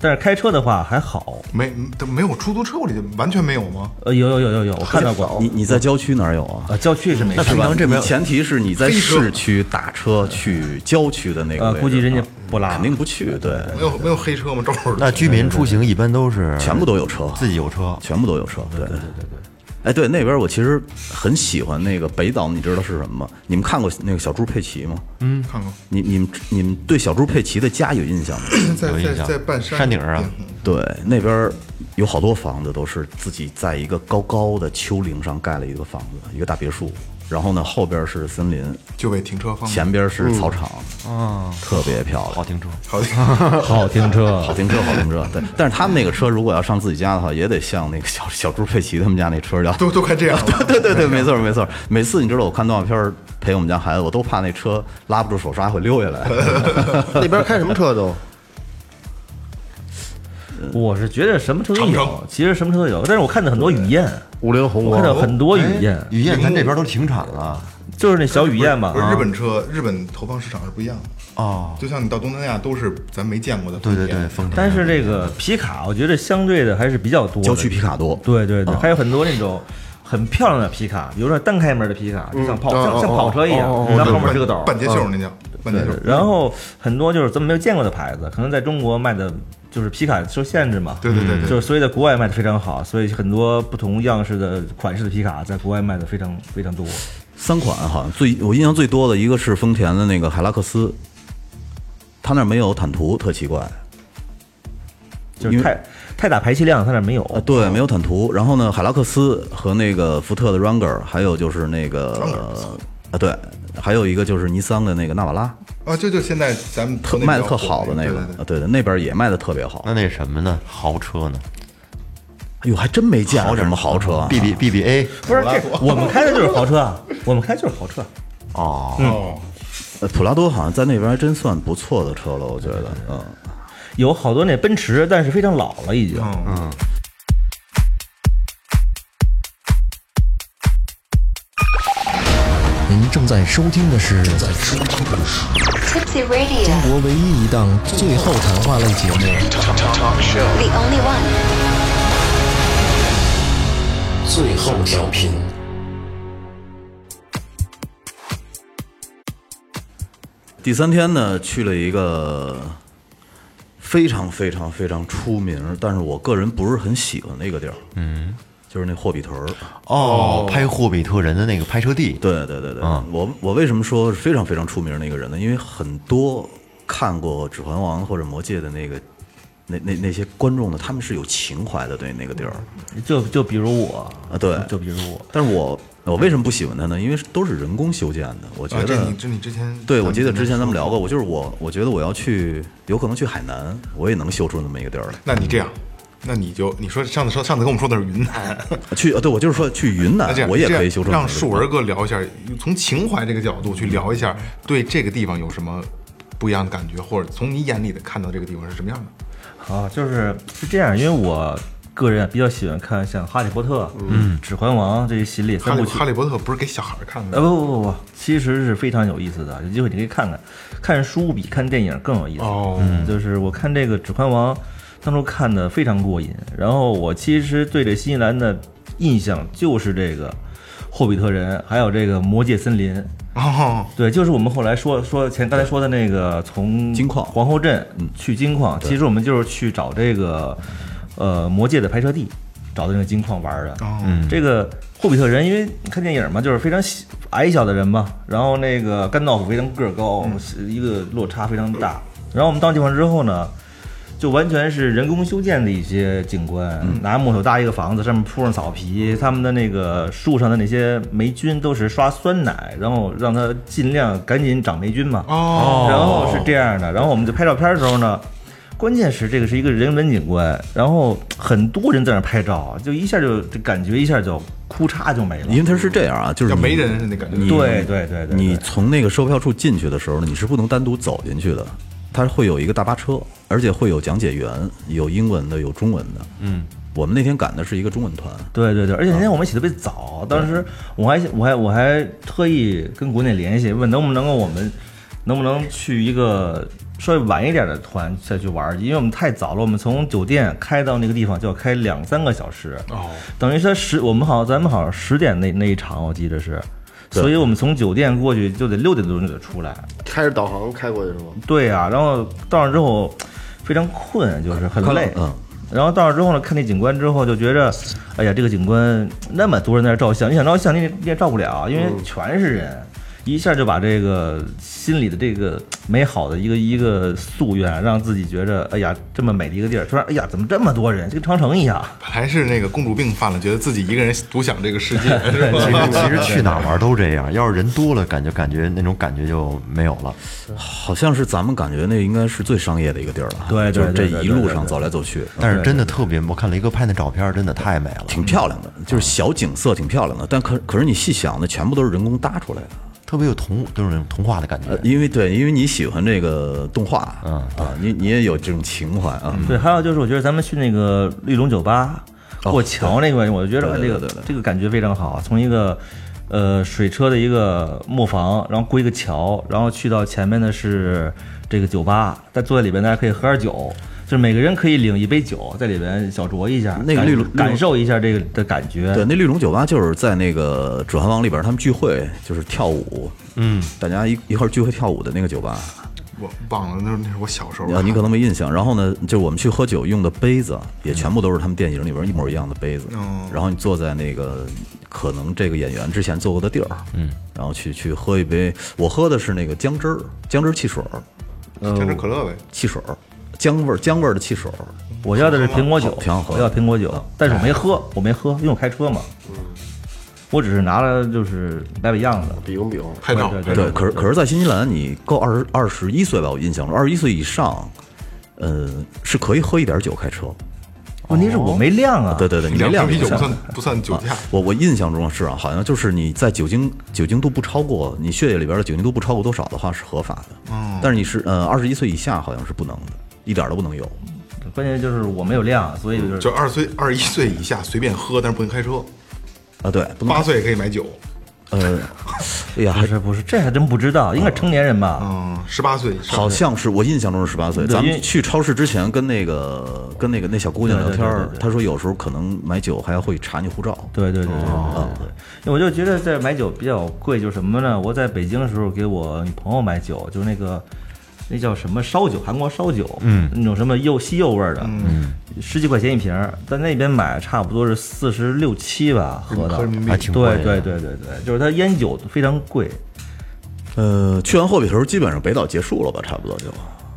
但是开车的话还好。
没都没有出租车，我理解完全没有吗？
呃，有有有有有，我看到过。
你你在郊区哪儿有啊？
啊，郊区是没
那
事
是
吧
吧？你前提是你在
黑车
市区打车去郊区的那个
呃
位置，啊
估计人家不拉
肯定不去，对，
没有没有黑车吗？周老师
那居民出行一般都是
全部都有车，
自己有车，
全部都有车。对对对对哎，对，那边我其实很喜欢那个北岛，你知道是什么吗？你们看过那个小猪佩奇吗？
嗯，看过，
你、你们、你们对小猪佩奇的家有印象吗？
在
有印
在
象
在半山
山顶儿啊
嗯
对，那边有好多房子都是自己在一个高高的丘陵上盖了一个房子，一个大别墅。然后呢，后边是森林，
就为停车方便。
前边是草场，
哦
啊，特别漂亮，
好停车。
好的，
好停车，
好停车，好停车。对，但是他们那个车如果要上自己家的话，也得像那个小小猪佩奇他们家那车要
都都快这样了。
对对对，没错没错。每次你知道我看动画片儿陪我们家孩子，我都怕那车拉不住手刹会溜下来。
那边开什么车都？
我是觉得什么车都
长城
有，其实什么车都有，但是我看到很多雨燕，
五菱宏
我看到
光，
很多
哎
雨燕，
雨燕咱呃这边都停产了
就是那小雨燕嘛
不是
啊
日本车，日本投放市场是不一样的。
哦，
就像你到东南亚都是咱没见过的
对
丰
对
田。
对，丰田。
但是这个皮卡，我觉得相对的还是比较多 的。
郊区皮卡多
对对
哦
对，还有很多那种很漂亮的皮卡，比如说单开门的皮卡，就
嗯
像跑
哦
像像跑车一样，然后后面是个斗儿，
半截袖儿那叫
嗯
半截嗯
对
袖
对
儿。
然后很多就是咱们没有见过的牌子，可能在中国卖的就是皮卡受限制嘛，
对对对对
就是所以在国外卖的非常好，所以很多不同样式的款式的皮卡在国外卖的非常非常多。
三款好像最我印象最多的一个是丰田的那个海拉克斯，他那儿没有坦途，特奇怪。
就是太太打排气量，它那儿没有。
啊，对，没有坦途。然后呢，海拉克斯和那个福特的 Ranger，还有就是那个啊，对，还有一个就是尼桑的那个纳瓦拉，
啊，就就现在咱们
特
特
卖的特好的那个，啊，对的，嗯那边也卖的特别好。
那那什么呢？豪车呢
哎呦，还真没见过什么豪车啊，
？B B B B A
不是这我们开的就是豪车啊， 我们开就是豪车。啊
哦，
嗯
哦，
呃普拉多好像在那边还真算不错的车了，我觉得，嗯。
有好多那奔驰，但是非常老了已经。
嗯，
您正在收听的是正在收听的是
Tipsy Radio,
中国唯一一档最后谈话类节目
the only one.
《最后调频》。
第三天呢，去了一个非常非常非常出名，但是我个人不是很喜欢的一个地儿，嗯，就是那霍比特儿。
哦，拍霍比特人的那个拍摄地，
对对对对，
啊
我我为什么说是非常非常出名的一个人呢？因为很多看过《指环王》或者《魔戒》的那个那那那些观众呢，他们是有情怀的对那个地儿
嗯
就就比如我，
啊，对。
就比如我，
但是我我为什么不喜欢它呢？因为都是人工修建的，我觉
啊，
得、
这你这你之前
对，我记得之前咱们聊过，我就是我，我觉得我要去，有可能去海南，我也能修出那么一个地儿来。
那你这样，那你就你说上次说上次跟我们说的是云南，
去，呃对我就是说去云南
啊那这，样
我也
这样
可以修成。
让树文，哥聊一下，从情怀这个角度去聊一下，对这个地方有什么不一样的感觉，或者从你眼里的看到这个地方是什么样的？
啊，就是是这样，因为我个人比较喜欢看像《哈利波特》、嗯，《指环王》这些系列
哈
三
利
部曲
哈。利波特不是给小孩看
啊
的，
不不不不，其实是非常有意思的，有机会你可以看看，看书比看电影更有意思。
哦
嗯就是我看这个《指环王》，当初看的非常过瘾。然后我其实对这新西兰的印象就是这个霍比特人，还有这个魔界森林。
呃
哦，
对，就是我们后来说说前刚才说的那个从
金矿嗯
皇后镇去金矿，其实我们就是去找这个呃魔界的拍摄地，找的那个金矿玩儿的。嗯，这个霍比特人，因为你看电影嘛，就是非常小矮小的人嘛，然后那个甘道夫非常个儿高，
嗯
是一个落差非常大。然后我们到地方之后呢，就完全是人工修建的一些景观，拿木头搭一个房子，上面铺上草皮，他们的那个树上的那些霉菌都是刷酸奶，然后让它尽量赶紧长霉菌嘛。
哦，
然后是这样的，然后我们就拍照片的时候呢，关键是这个是一个人文景观，然后很多人在那拍照，就一下就就感觉一下就哭嚓就没了。
因为它是这样啊，就是
要
你
没人是那感觉
你
对对对对对
你从那个售票处进去的时候呢，你是不能单独走进去的，它会有一个大巴车，而且会有讲解员，有英文的，有中文的。嗯，我们那天赶的是一个中文团，
对对对，而且那天我们起得特别早，当时我还我还我还特意跟国内联系，问能不能够我们能不能去一个稍微晚一点的团再去玩儿，因为我们太早了，我们从酒店开到那个地方就要开两三个小时，哦，等于说十我们好像咱们好像十点那那一场我记得是，所以我们从酒店过去就得六点多钟就得出来，
开着导航开过去是吗？
对呀、然后到那之后非常困，就是很累。
嗯。
然后到那之后呢，看那景观之后就觉着，哎呀，这个景观那么多人在那照相，你想照相你也你也照不了，因为全是人，一下就把这个心里的这个美好的一个一个夙愿，让自己觉着，哎呀，这么美的一个地儿，突然，哎呀，怎么这么多人，就跟长城一样。
本来是那个公主病犯了，觉得自己一个人独享这个世界，是吧？
其实其实去哪儿玩都这样，要是人多了，感觉感觉那种感觉就没有了。
好像是咱们感觉那应该是最商业的一个地儿了。
对对
就是
对
这
对
一
对
路
对
上
对
走来走去，嗯
但是真的特别，我看雷哥拍那照片，真的太美了，
挺漂亮的，就是小景色挺漂亮的。但可可是你细想呢，全部都是人工搭出来的。
特别有童就是那种童话的感觉
呃，。因为对，因为你喜欢这个动画，嗯啊，你你也有这种情怀啊。
对，还有就是我觉得咱们去那个绿龙酒吧过桥那个，我觉得哎这
哦对对
个
对对
这个感觉非常好，从一个。呃，水车的一个磨坊，然后过一个桥，然后去到前面的是这个酒吧，但坐在里边大家可以喝点酒，就是每个人可以领一杯酒，在里边小酌一下，
那个
感
绿龙
感受一下这个的感觉。
对，那绿龙酒吧就是在那个《指环王》里边，他们聚会就是跳舞，嗯，大家一一块儿聚会跳舞的那个酒吧，
我忘了，那那是我小时候
啊，
看的。
你可能没印象。然后呢，就是我们去喝酒用的杯子，也全部都是他们电影里边一模一样的杯子。
哦
然后你坐在那个可能这个演员之前坐过的地儿，嗯，然后去去喝一杯，我喝的是那个姜汁儿，姜汁儿汽水儿，
天之可乐呗，
汽水儿，姜味儿姜味儿的汽水儿。
我要的是苹果酒
好挺好，喝嗯
我要苹果酒，但是我没喝，我没喝，因为我开车嘛。我只是拿了就是来个样子，
比划比划，
拍照，
对对
对，可是可是，在新西兰，你够二十二十一岁吧？我印象中，二十一岁以上，呃，是可以喝一点酒开车。
啊问题是我没亮啊，
对对对，你没
两
量
瓶啤酒不
就行
算不算酒驾，
我我印象中是啊，好像就是你在酒精酒精度不超过你血液里边的酒精度不超过多少的话是合法的，嗯，但是你是呃二十一岁以下好像是不能的，一点儿都不能有。
关键就是我没有亮，所以就是
嗯就二岁二一岁以下随便喝，但是不能开车。
啊，对，不能
八岁也可以买酒，
呃，哎呀，
不是不是，这还真不知
哦
道，应该成年人吧？
嗯，十八岁以上
好像是我印象中是十八岁。
对
咱
因为
们去超市之前跟那个跟那个那小姑娘聊天
对对
儿
对对，对
她说有时候可能买酒还会查你护照。
对对对对对
哦
啊对对，因为我就觉得在买酒比较贵，就是什么呢？我在北京的时候给我女朋友买酒，就是那个那叫什么烧酒，韩国烧酒，嗯，那种什么柚西柚味儿的，嗯，十几块钱一瓶儿，在那边买差不多是四十六七吧，喝的，
嗯合人民币
还挺贵
对
的
对对对对，就是它烟酒非常贵，
呃，去完霍比的时候，基本上北岛结束了吧，差不多就。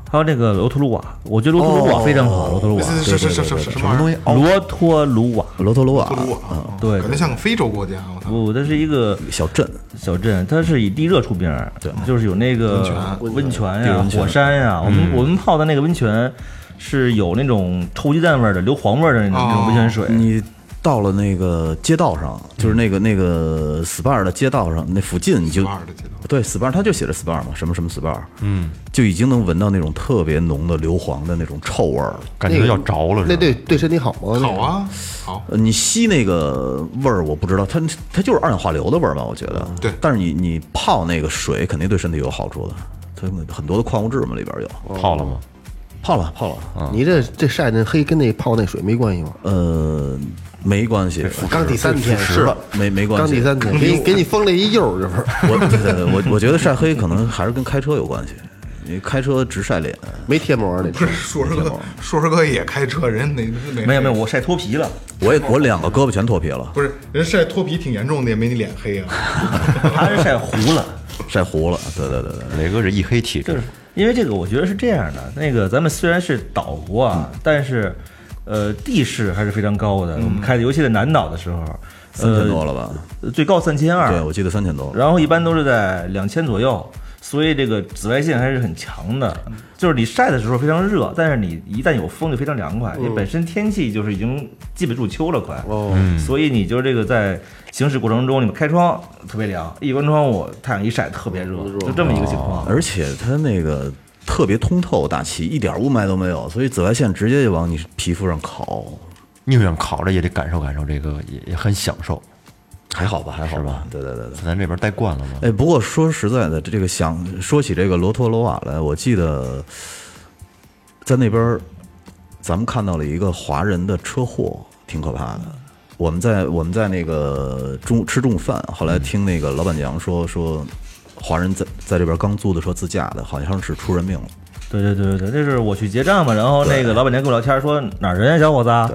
还有那个罗托鲁瓦，我觉得罗托鲁瓦非常好，罗托鲁瓦，
哦是是是是是什么玩意儿？嗯
罗托鲁瓦，
罗托鲁瓦啊
不如我，
对
感觉像个非洲国家，我操，
不，它是一个
小镇，
小镇，它是以地热出名儿，对，就是有那
啊
个温泉呀、火山呀、
嗯
我们我们泡的那个温泉是有那种臭鸡蛋味儿的、硫磺味儿的那种、那种温泉水。
哦你到了那个街道上，
嗯
就是那个那个 SPA 的街道上那附近，你就
SPA 的街道
对 SPA，它就写着 SPA 嘛，什么什么 SPA，嗯，就已经能闻到那种特别浓的硫磺的那种臭味儿了。
感觉要着了
那
是吧？
对对身体好吗？
好啊，好，
呃，你吸那个味儿，我不知道，它它就是二氧化硫的味儿吧？我觉得。
对
但是你你泡那个水，肯定对身体有好处的，它很多的矿物质嘛，里边有。
泡了吗？
泡了泡了，
那个，你这这晒那黑跟那泡那水没关系吗？
呃，没关系，
刚第三天
是吧？没没关
刚
系。
第三天，给你给你封了一柚，这不是
我对对对我我觉得晒黑可能还是跟开车有关系，你开车直晒脸，
没贴膜那
不是硕士哥，硕士哥也开车，人家没没
没有没有，我晒脱皮了，
我也我两个胳膊全脱皮了，
不是人晒脱皮挺严重的，也没你脸黑啊。
他是晒糊 了。
晒糊了。对对对对，
磊哥是一黑体
就是
质，
因为这个，我觉得是这样的。那个咱们虽然是岛国啊，
嗯
但是呃地势还是非常高的。我们开的，尤其在南岛的时候，
三千多了吧？
呃，最高三千二，
对，我记得三千多。
然后一般都是在两千左右，所以这个紫外线还是很强的。就是你晒的时候非常热，但是你一旦有风就非常凉快，因为本身天气就是已经基本入秋了，快。嗯哦，所以你就是这个在行驶过程中，你们开窗特别凉，一关窗户太阳一晒特别热，就这么一个情况。
而且它那个特别通透大气，一点雾霾都没有，所以紫外线直接就往你皮肤上烤，
宁愿烤着也得感受感受这个，也也很享受。
还好吧？还好吧？对对对对。
在咱这边待惯了吗？
哎，不过说实在的，这个想说起这个罗托罗瓦来，我记得在那边儿，咱们看到了一个华人的车祸，挺可怕的。我们在我们在那个中吃中午饭，后来听那个老板娘说说，华人在在这边刚租的车自驾的，好像是出人命了。
对对对对对，那是我去结账嘛，然后那个老板娘跟我聊天说哪儿人呀，小伙子啊？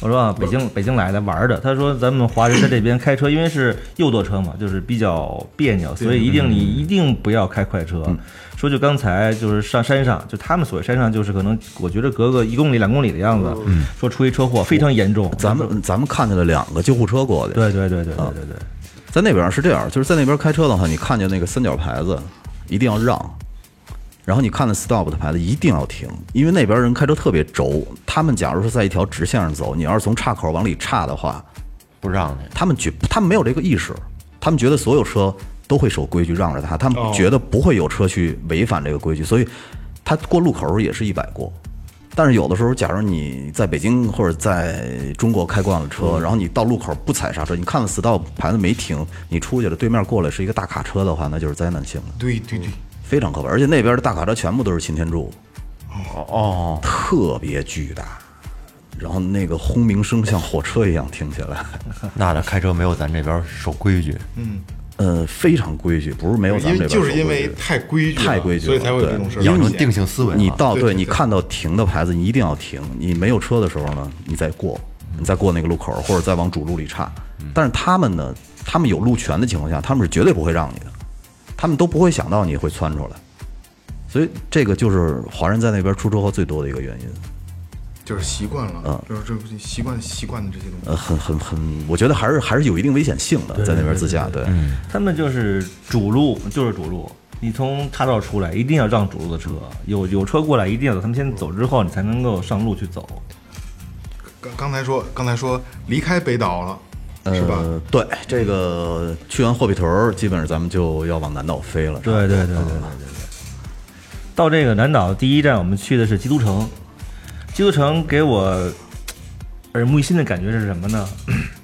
我说啊，北京北京来的玩儿的。他说咱们华人在这边开车，因为是右舵车嘛，就是比较别扭，所以一定你一定不要开快车。说就刚才就是上山上，就他们所谓山上，就是可能我觉得隔个一公里两公里的样子，说出一车祸非常严重。
咱们咱们看见了两个救护车过去，
对对对对对对对，
在那边是这样，就是在那边开车的话，你看见那个三角牌子，一定要让。然后你看见 stop 的牌子一定要停，因为那边人开车特别轴。他们假如说在一条直线上走，你要是从岔口往里岔的话，
不让你，
他们觉他们没有这个意识，他们觉得所有车都会守规矩让着他，他们觉得不会有车去违反这个规矩，所以他过路口也是一百过。但是有的时候，假如你在北京或者在中国开惯了车，然后你到路口不踩刹车，你看了 stop 牌子没停，你出去了，对面过来是一个大卡车的话，那就是灾难性了，
对对对，
非常可怕。而且那边的大卡车全部都是擎天柱，
哦，
特别巨大，然后那个轰鸣声像火车一样听起来。
那他开车没有咱这边守规矩，
呃，非常规矩，不是没有咱
因
们
为
这边
就是
守
因
规
为
矩
太规矩了，
太规矩了，
所以才会有这种
对
事儿。
因为
养
你
成定性思维
你
啊
到
对对
你
对
看到停的牌子，你一定要停。你没有车的时候呢，你再过，你再过那个路口，或者再往主路里岔。
嗯
但是他们呢，他们有路权的情况下，他们是绝对不会让你的，他们都不会想到你会窜出来。所以这个就是华人在那边出车祸最多的一个原因。
就是习惯了，
嗯
就是这不习惯习惯的这些东西。
呃，很很很，我觉得还是还是有一定危险性的，在那边自驾，对，
嗯
他们就是主路，就是主路。你从岔道出来，一定要让主路的车，有有车过来，一定要他们先走之后，你才能够上路去走。
刚刚才说刚才说离开北岛了，是吧？
呃，对，这个去完霍比屯儿，基本上咱们就要往南岛飞了，
对对对对对对对。到这个南岛第一站，我们去的是基督城。基督城给我嘖耳目一新的感觉是什么呢？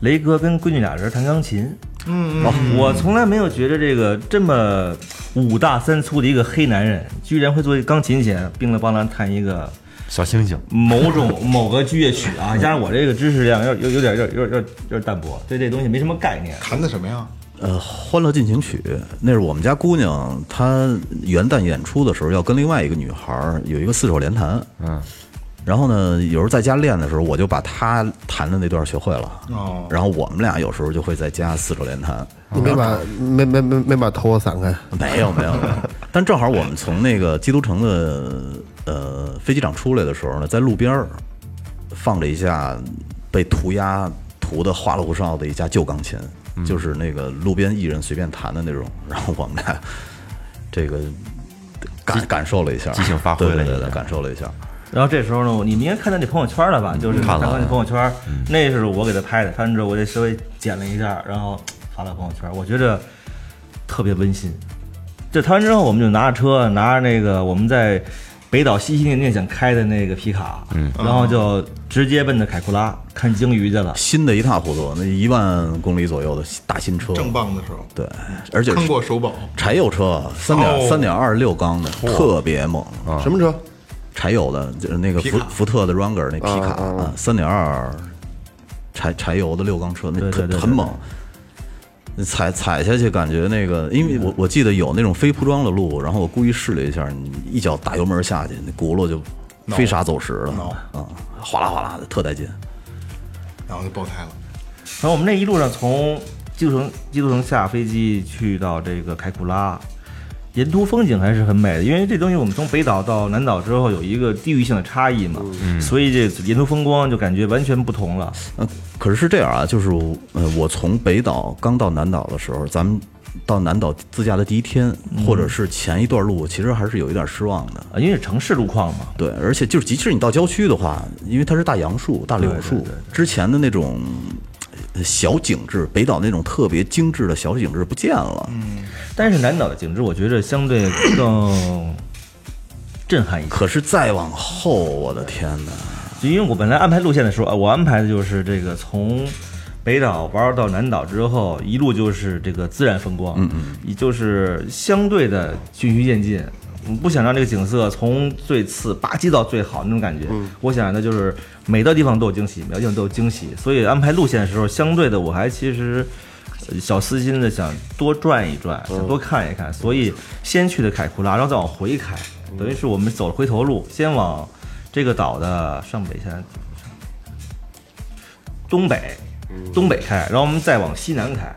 雷哥跟闺女俩人弹钢琴。嗯，我从来没有觉得这个这么五大三粗的一个黑男人，居然会做一个钢琴弦，并了帮啷弹一个
小星星，
某种 某个乐曲啊。加上我这个知识量有有有点有点有点有点有点淡薄，对这东西没什么概念。
谈的什么呀？
呃，《欢乐进行曲》那是我们家姑娘，她元旦演出的时候要跟另外一个女孩儿有一个四手联弹，嗯，然后呢，有时候在家练的时候，我就把她弹的那段学会了，
哦
然后我们俩有时候就会在家四手联弹，
你没把没没没没把头发散开，
没有没有 没有，但正好我们从那个基督城的呃飞机场出来的时候呢，在路边儿放了一架被涂鸦涂的花里胡哨的一架旧钢琴，
嗯
就是那个路边艺人随便弹的那种，然后我们俩 这个感感受了一下，
即兴发挥了
对
一下
对对对，感受了一下，
然后这时候呢，你们应该看到那朋友圈了吧？嗯就是嗯看到那朋友圈，那是我给他拍的，拍完之后我得稍微剪了一下，然后发到朋友圈，我觉着特别温馨。这拍完之后，我们就拿着车，拿着那个我们在北岛心心念念想开的那个皮卡，嗯，然后就直接奔着凯库拉看鲸鱼去了。
新的一塌糊涂，那一万公里左右的大新车，
正棒的时候，
对，而且
坑过首保，
柴油车，三
哦
点三点二六缸的，特别猛啊。
什么车？
柴油的，就是那个
皮
福
卡
福特的 Ranger 那皮卡
啊啊
啊，三点二柴柴油的六缸车，那
对对
特
对对
很猛。踩踩下去感觉那个，因为我我记得有那种非铺装的路，然后我故意试了一下，你一脚打油门下去，那轱辘就飞沙走石了啊，哗啦哗啦的，特带劲。
然后就爆胎了。
然后我们这一路上从基督城基督城下飞机去到这个凯库拉，沿途风景还是很美的，因为这东西我们从北岛到南岛之后有一个地域性的差异嘛，所以这沿途风光就感觉完全不同了。
嗯，可是是这样啊，就是我呃，我从北岛刚到南岛的时候，咱们到南岛自驾的第一天，
嗯
或者是前一段路，其实还是有一点失望的。
啊，因为是城市路况嘛，
对，而且就是，即使你到郊区的话，因为它是大杨树、大柳树，之前的那种呃小景致，北岛那种特别精致的小景致不见了。
但是南岛的景致我觉着相对更震撼一些。
可是再往后，我的天哪！
就因为我本来安排路线的时候，啊我安排的就是这个从北岛玩到南岛之后，一路就是这个自然风光，嗯嗯，也就是相对的循序渐进。我不想让这个景色从最次吧唧到最好那种感觉，我想的就是每到地方都有惊喜，每到地方都有惊喜。所以安排路线的时候，相对的我还其实呃小私心的想多转一转，
嗯
想多看一看，所以先去的凯库拉，然后再往回开，等于是我们走了回头
嗯
路，先往这个岛的上北下东北，
嗯
东北开，然后我们再往西南开，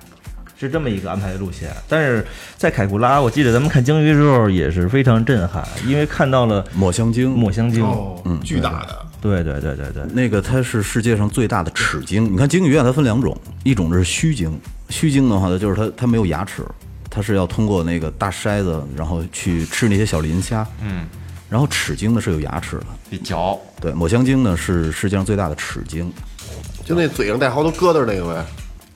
是这么一个安排的路线。但是在凯库拉，我记得咱们看鲸鱼的时候也是非常震撼，因为看到了
抹香鲸，
抹香鲸，
哦，
嗯
巨大的，
对对对对对，
那个它是世界上最大的齿鲸。你看鲸鱼啊，它分两种，一种是须鲸，须鲸的话呢，就是它它没有牙齿，它是要通过那个大筛子，然后去吃那些小磷虾。嗯，然后齿鲸呢是有牙齿的。
得嚼，
对，抹香鲸呢是世界上最大的齿鲸。
就那嘴上带好多疙瘩那个呗，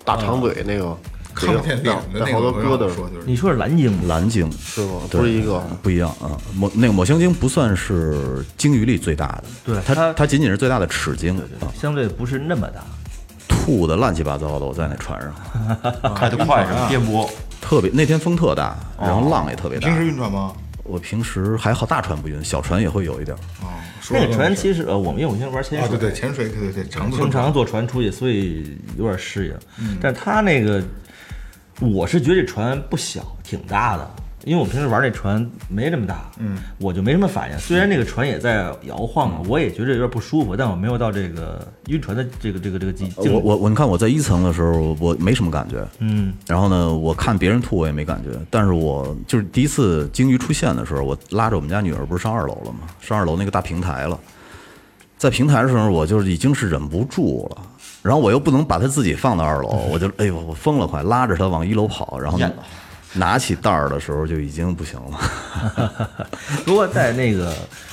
大长嘴那个，
看不见脸的
带
那
好
个
多
朋友
疙瘩，
说就是
你说是蓝鲸吧？
蓝鲸
是吗？
对
不是一个，
不一样啊，抹那个抹香鲸不算是鲸鱼里最大的，
对
它
它
它仅仅是最大的齿鲸啊，
相对不是那么大，
吐的乱七八糟的，我在那船上，
开得快是啊
啊
啊
吧？颠簸，
特别那天风特大，然
哦
后浪也特别大
平。时运转吗？
我平时还好，大船不晕，小船也会有一点儿。
哦，说
那
了
个船其实呃，我们因为我们先玩潜
啊，
水，
对对，潜水，对对对，长途嗯
经常坐船出去，所以有点适应。但是他那个，我是觉得这船不小，挺大的。因为我平时玩那船没这么大，嗯，我就没什么反应。虽然那个船也在摇晃嘛，我也觉得有点不舒服，但我没有到这个晕船的这个这个这个境境。
呃我我我，你看我在一层的时候，我没什么感觉，
嗯，
然后呢，我看别人吐我也没感觉，但是我就是第一次鲸鱼出现的时候，我拉着我们家女儿不是上二楼了吗？上二楼那个大平台了，在平台的时候，我就是已经是忍不住了，然后我又不能把他自己放到二楼，
嗯
我就哎呦我疯了快，拉着他往一楼跑，然后
厌了
拿起袋儿的时候就已经不行了。
如果在那个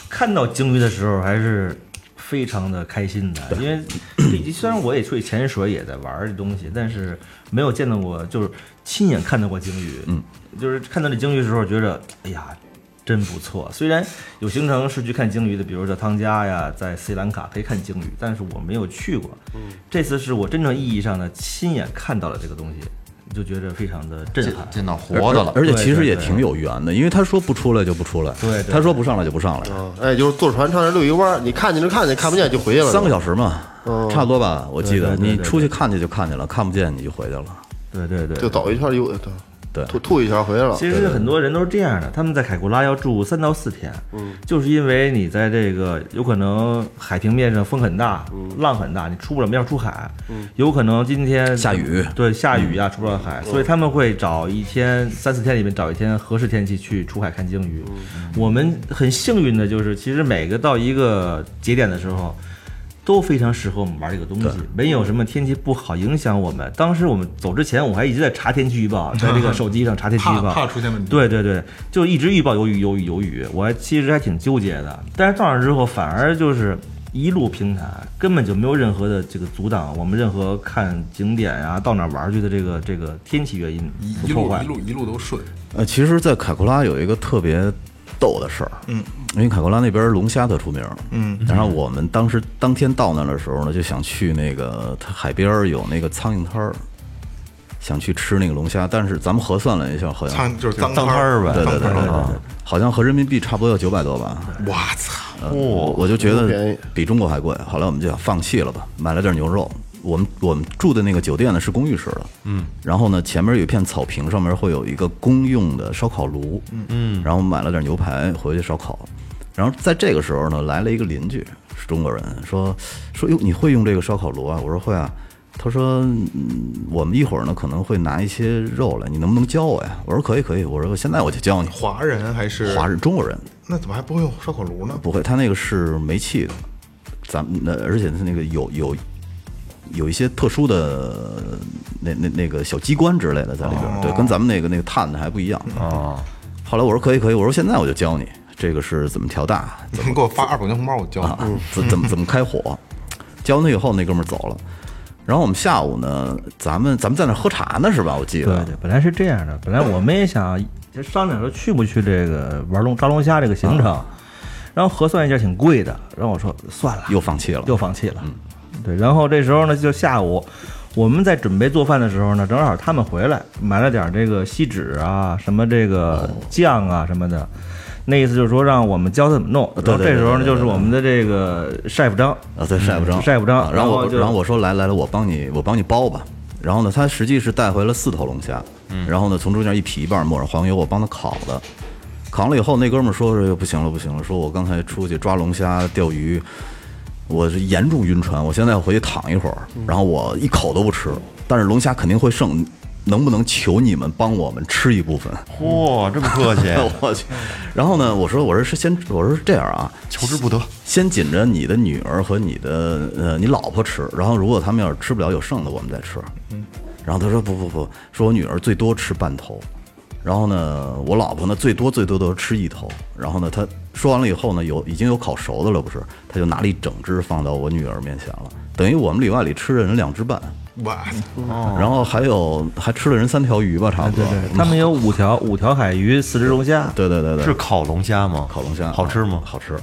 看到鲸鱼的时候，还是非常的开心的，因为毕竟虽然我也出去潜水，也在玩儿这东西，但是没有见到过，就是亲眼看到过鲸鱼。嗯，就是看到这鲸鱼的时候，觉着哎呀。真不错，虽然有行程是去看鲸鱼的，比如在汤加呀，在斯里兰卡可以看鲸鱼，但是我没有去过。嗯，这次是我真正意义上的亲眼看到了这个东西，就觉着非常的震
这
撼。
这脑活的了，
而且
对
其实
对
也
对
挺有缘的，因为他说不出来就不出来，
对对
他说不上来就不上来，
嗯哎，就是坐船上这遛一弯儿，你看见就看见，看不见就回去了。
三个小时嘛，差不多吧，我记得
对对对
你
对
出去看去就看见了，看不见你就回去了。
对对对，
就走一圈儿，又对
对
吐吐一圈儿回来了。
其实很多人都是这样的，他们在凯库拉要住三到四天，
嗯
就是因为你在这个有可能海平面上风很大，
嗯
浪很大，你出不了面出海，有可能今天
下雨嗯
对，下雨啊呀、出不了海，所以他们会找一天三四天里面找一天合适天气去出海看鲸鱼。
嗯
我们很幸运的就是，其实每个到一个节点的时候。都非常适合我们玩这个东西，没有什么天气不好影响我们。当时我们走之前，我还一直在查天气预报，在这个手机上查天气预报，
嗯 怕怕出现问题
对对对，就一直预报有雨有雨有雨，我还其实还挺纠结的。但是到那儿之后，反而就是一路平坦，根本就没有任何的这个阻挡我们任何看景点呀、到哪儿玩去的这个这个天气原因
一
所
一
破
路
坏
一。路一路都顺，
呃，其实，在凯库拉有一个特别逗的事儿，嗯，因为凯库拉那边龙虾特出名，嗯，然后我们当时当天到那儿的时候呢，就想去那个它海边儿有那个苍蝇摊儿，想去吃那个龙虾，但是咱们核算了一下，好像
看就是脏
脏
摊
摊儿呗
对
脏
对对
摊
对
儿。
对，好像合人民币差不多要九百多吧，
我操！
呃我我就觉
不便
得
宜
比中国还贵。后来我们就想放弃了吧，买了点牛肉。我们我们住的那个酒店呢是公寓式的，嗯，然后呢前面有一片草坪，上面会有一个公用的烧烤炉，嗯，然后买了点牛排回去烧烤。然后在这个时候呢，来了一个邻居，是中国人，说说哟，你会用这个烧烤炉啊？我说会啊。他说：“嗯，我们一会儿呢可能会拿一些肉来，你能不能教我呀？”我说：“可以，可以。”我说：“现在我就教你。
华人还”是
华人中国人，
那怎么还不会用烧烤炉呢？
不会，它那个是煤气的，咱们那呃而且是那个有有有一些特殊的那那那个小机关之类的在里边
哦
儿，对，跟咱们那个那个碳的还不一样
嗯
啊。后来我说可以可以，我说现在我就教你这个是怎么调大，
你给我发二百块钱红包，我交。
啊，
嗯
怎怎么怎么开火。教完他以后，那哥们儿走了。然后我们下午呢，咱们咱们在那儿喝茶呢，是吧？我记
对
得
对，本来是这样的，本来我们也想就商量说去不去这个玩龙抓龙虾这个行
啊
程，然后核算一下挺贵的，然后我说算了，
又嗯放弃了，
又放弃了。对，然后这时候呢，就下午我们在准备做饭的时候呢，正好他们回来买了点这个锡纸啊，什么这
哦
个酱啊什么的。那意思就是说让我们教他怎么弄。
对啊对对
然后这时候呢，
对对对
就是我们的这个 chef 张
啊，对，晒不张，
嗯晒不张
啊然后
然
我，
后就
然后我说来来来，我帮你，我帮你剥吧。然后呢，他实际是带回了四头龙虾，
嗯
然后呢，从中间一劈一半，抹上黄油，我帮他烤的。烤了以后，那哥们儿说是不行了，不行了，说我刚才出去抓龙虾、钓鱼，我是严重晕船，我现在要回去躺一会儿，
嗯
然后我一口都不吃，但是龙虾肯定会剩，能不能求你们帮我们吃一部分？
嚯，这么客气，
我去。
嗯
然后呢，我说我说是先，我说是这样啊，
求之不得。
先紧着你的女儿和你的呃你老婆吃，然后如果他们要是吃不了有剩的，我们再吃。嗯，然后他说不不不，说我女儿最多吃半头，然后呢，我老婆呢最多最多都吃一头。然后呢，他说完了以后呢，有已经有烤熟的了，不是？他就拿了一整只放到我女儿面前了，等于我们里外里吃了人两只半，
我
哦
然后还有还吃了人三条鱼吧，差不多。
他们有五条五条海鱼，四只龙虾。
对对对对，
是烤龙虾吗？
烤龙虾
好吃吗？
好吃。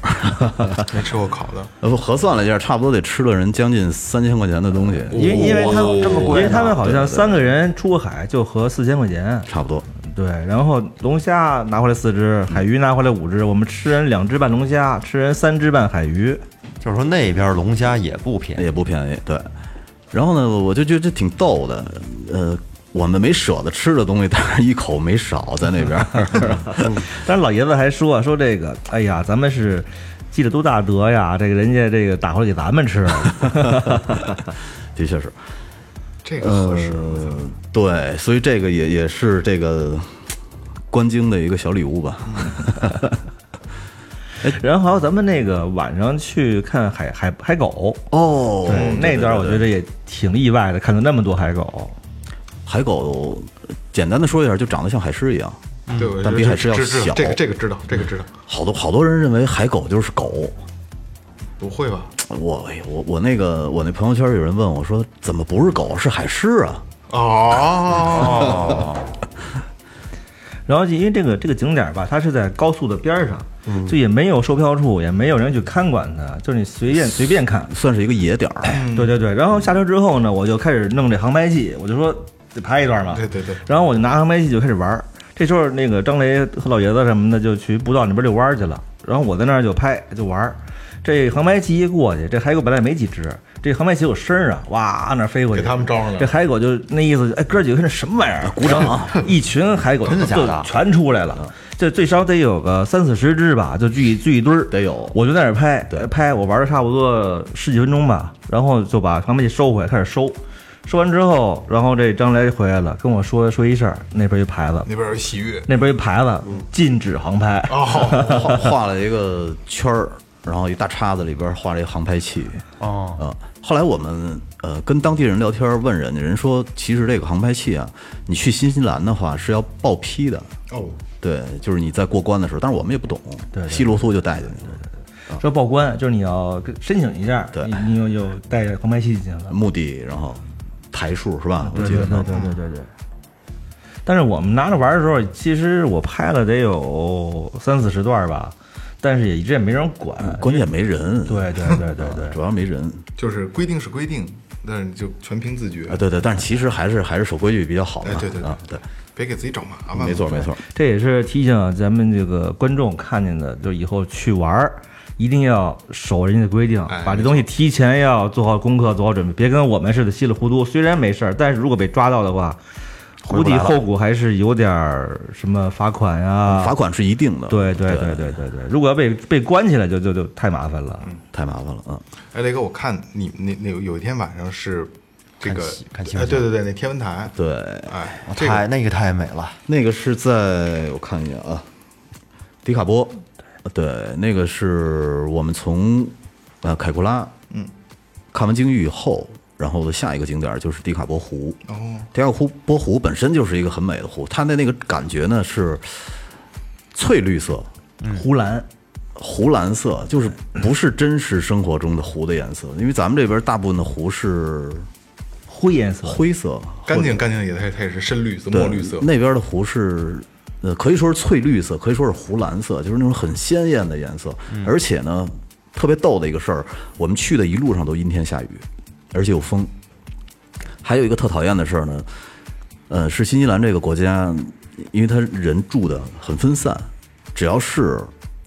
没吃过烤的，
呃，不核算了一下，差不多得吃了人将近三千块钱的东西，
因为因为他们
这么
因为他们好像三个人出海就合四千块钱，
差不多。
对，然后龙虾拿回来四只，海鱼拿回来五只，我们吃人两只半龙虾，吃人三只半海鱼。
就是说那边龙虾也不便宜，
也不便宜，对。然后呢，我就觉得这挺逗的，呃，我们没舍得吃的东西，但是一口没少在那边儿。
但是老爷子还说说这个，哎呀，咱们是积了多大德呀，这个人家这个打回来给咱们 吃了。
的确是，
这个合适。
呃，对，所以这个也也是这个观鲸的一个小礼物吧。
然后还有咱们那个晚上去看海海海狗，
哦
对，那段我觉得也挺意外的，看到那么多海狗。
海狗，简单的说一下，就长得像海狮一样，
嗯
对，我觉得
嗯但比海狮要
这这
小
这个这个知道，这个知道，
好多好多人认为海狗就是狗。
不会吧？
我哎我我那个我那朋友圈有人问我说，怎么不是狗是海狮啊？
哦，
然后因为这个这个景点吧，它是在高速的边儿上，
嗯
就也没有售票处，也没有人去看管它，就是你随便随便看。
算是一个野点儿。
嗯
对对对。然后下车之后呢，我就开始弄这航拍器，我就说得拍一段嘛。
对对对
然后我就拿航拍器就开始玩儿。这时候那个张雷和老爷子什么的就去步道那边遛弯儿去了，然后我在那儿就拍就玩儿。这航拍器一过去，这海狗本来没几只，这航拍器有声儿啊，哇，那飞过去
给他们招上来了
这海狗就那意思，哎，哥几个看这什么玩意儿？鼓掌啊！一群海狗真的
假的
全出来了，这最少得有个三四十只吧，就聚一聚一堆儿，
得有
我就在那儿拍，拍，我玩了差不多十几分钟吧，然后就把航拍器收回来，开始收。收完之后，然后这张雷回来了，跟我说说一事儿，那边一牌子，
那边有洗浴，
那边一牌子禁止航拍，
嗯哦，
啊画画了一个圈儿，然后一大叉子里边画了一个航拍器。哦，呃，后来我们呃跟当地人聊天，问人家，人说其实这个航拍器啊，你去新西兰的话是要报批的。
哦，
对，就是你在过关的时候，但是我们也不懂，
对对
稀里糊涂就带进去了，
说报关，就是你要跟申请一下，
对
你你有有带着航拍器进来了，
目的然后台数是吧？我
对
记
对
得
对对对对对。但是我们拿着玩的时候，其实我拍了得有三四十段吧，但是也一直也没人管。
关键没人，
对对对对对，
主要没人
就是规定是规定，但是就全凭自觉
啊，，对对，但是其实还是还是守规矩比较好嘛
哎，对对对
啊，对，
别给自己找麻烦。
没错没错，
这也是提醒咱们这个观众看见的，就是以后去玩儿，一定要守人家的规定
哎，
把这东西提前要做好功课，做好准备，别跟我们似的稀里糊涂。虽然没事儿，但是如果被抓到的话，无底后果还是有点儿什么罚款呀、
罚。款是一定的，
对对对对对对，如果要被被关起来就，就就太麻烦了。
太麻烦了啊。
哎，雷哥，我看你那那有一天晚上是这个
看戏，看新
哎，
闻
对对对，那天文台，
对，哦
哎，这
太
个
那个太美了，
那个是在我看一眼啊，迪卡波，对，那个是我们从呃凯库拉，嗯，看完鲸鱼以后，然后的下一个景点就是迪卡波湖。
哦，
迪卡湖波湖本身就是一个很美的湖，它的那个感觉呢是翠绿色、
嗯
湖蓝，
湖蓝色，就是不是真实生活中的湖的颜色，因为咱们这边大部分的湖是
灰颜色，
灰色，
嗯干净干净也它它也是深绿色、
对
墨绿色，
那边的湖是，呃，可以说是翠绿色，可以说是湖蓝色，就是那种很鲜艳的颜色。
嗯
而且呢，特别逗的一个事儿，我们去的一路上都阴天下雨，而且有风。还有一个特讨厌的事儿呢，呃，是新西兰这个国家，因为它人住的很分散，只要是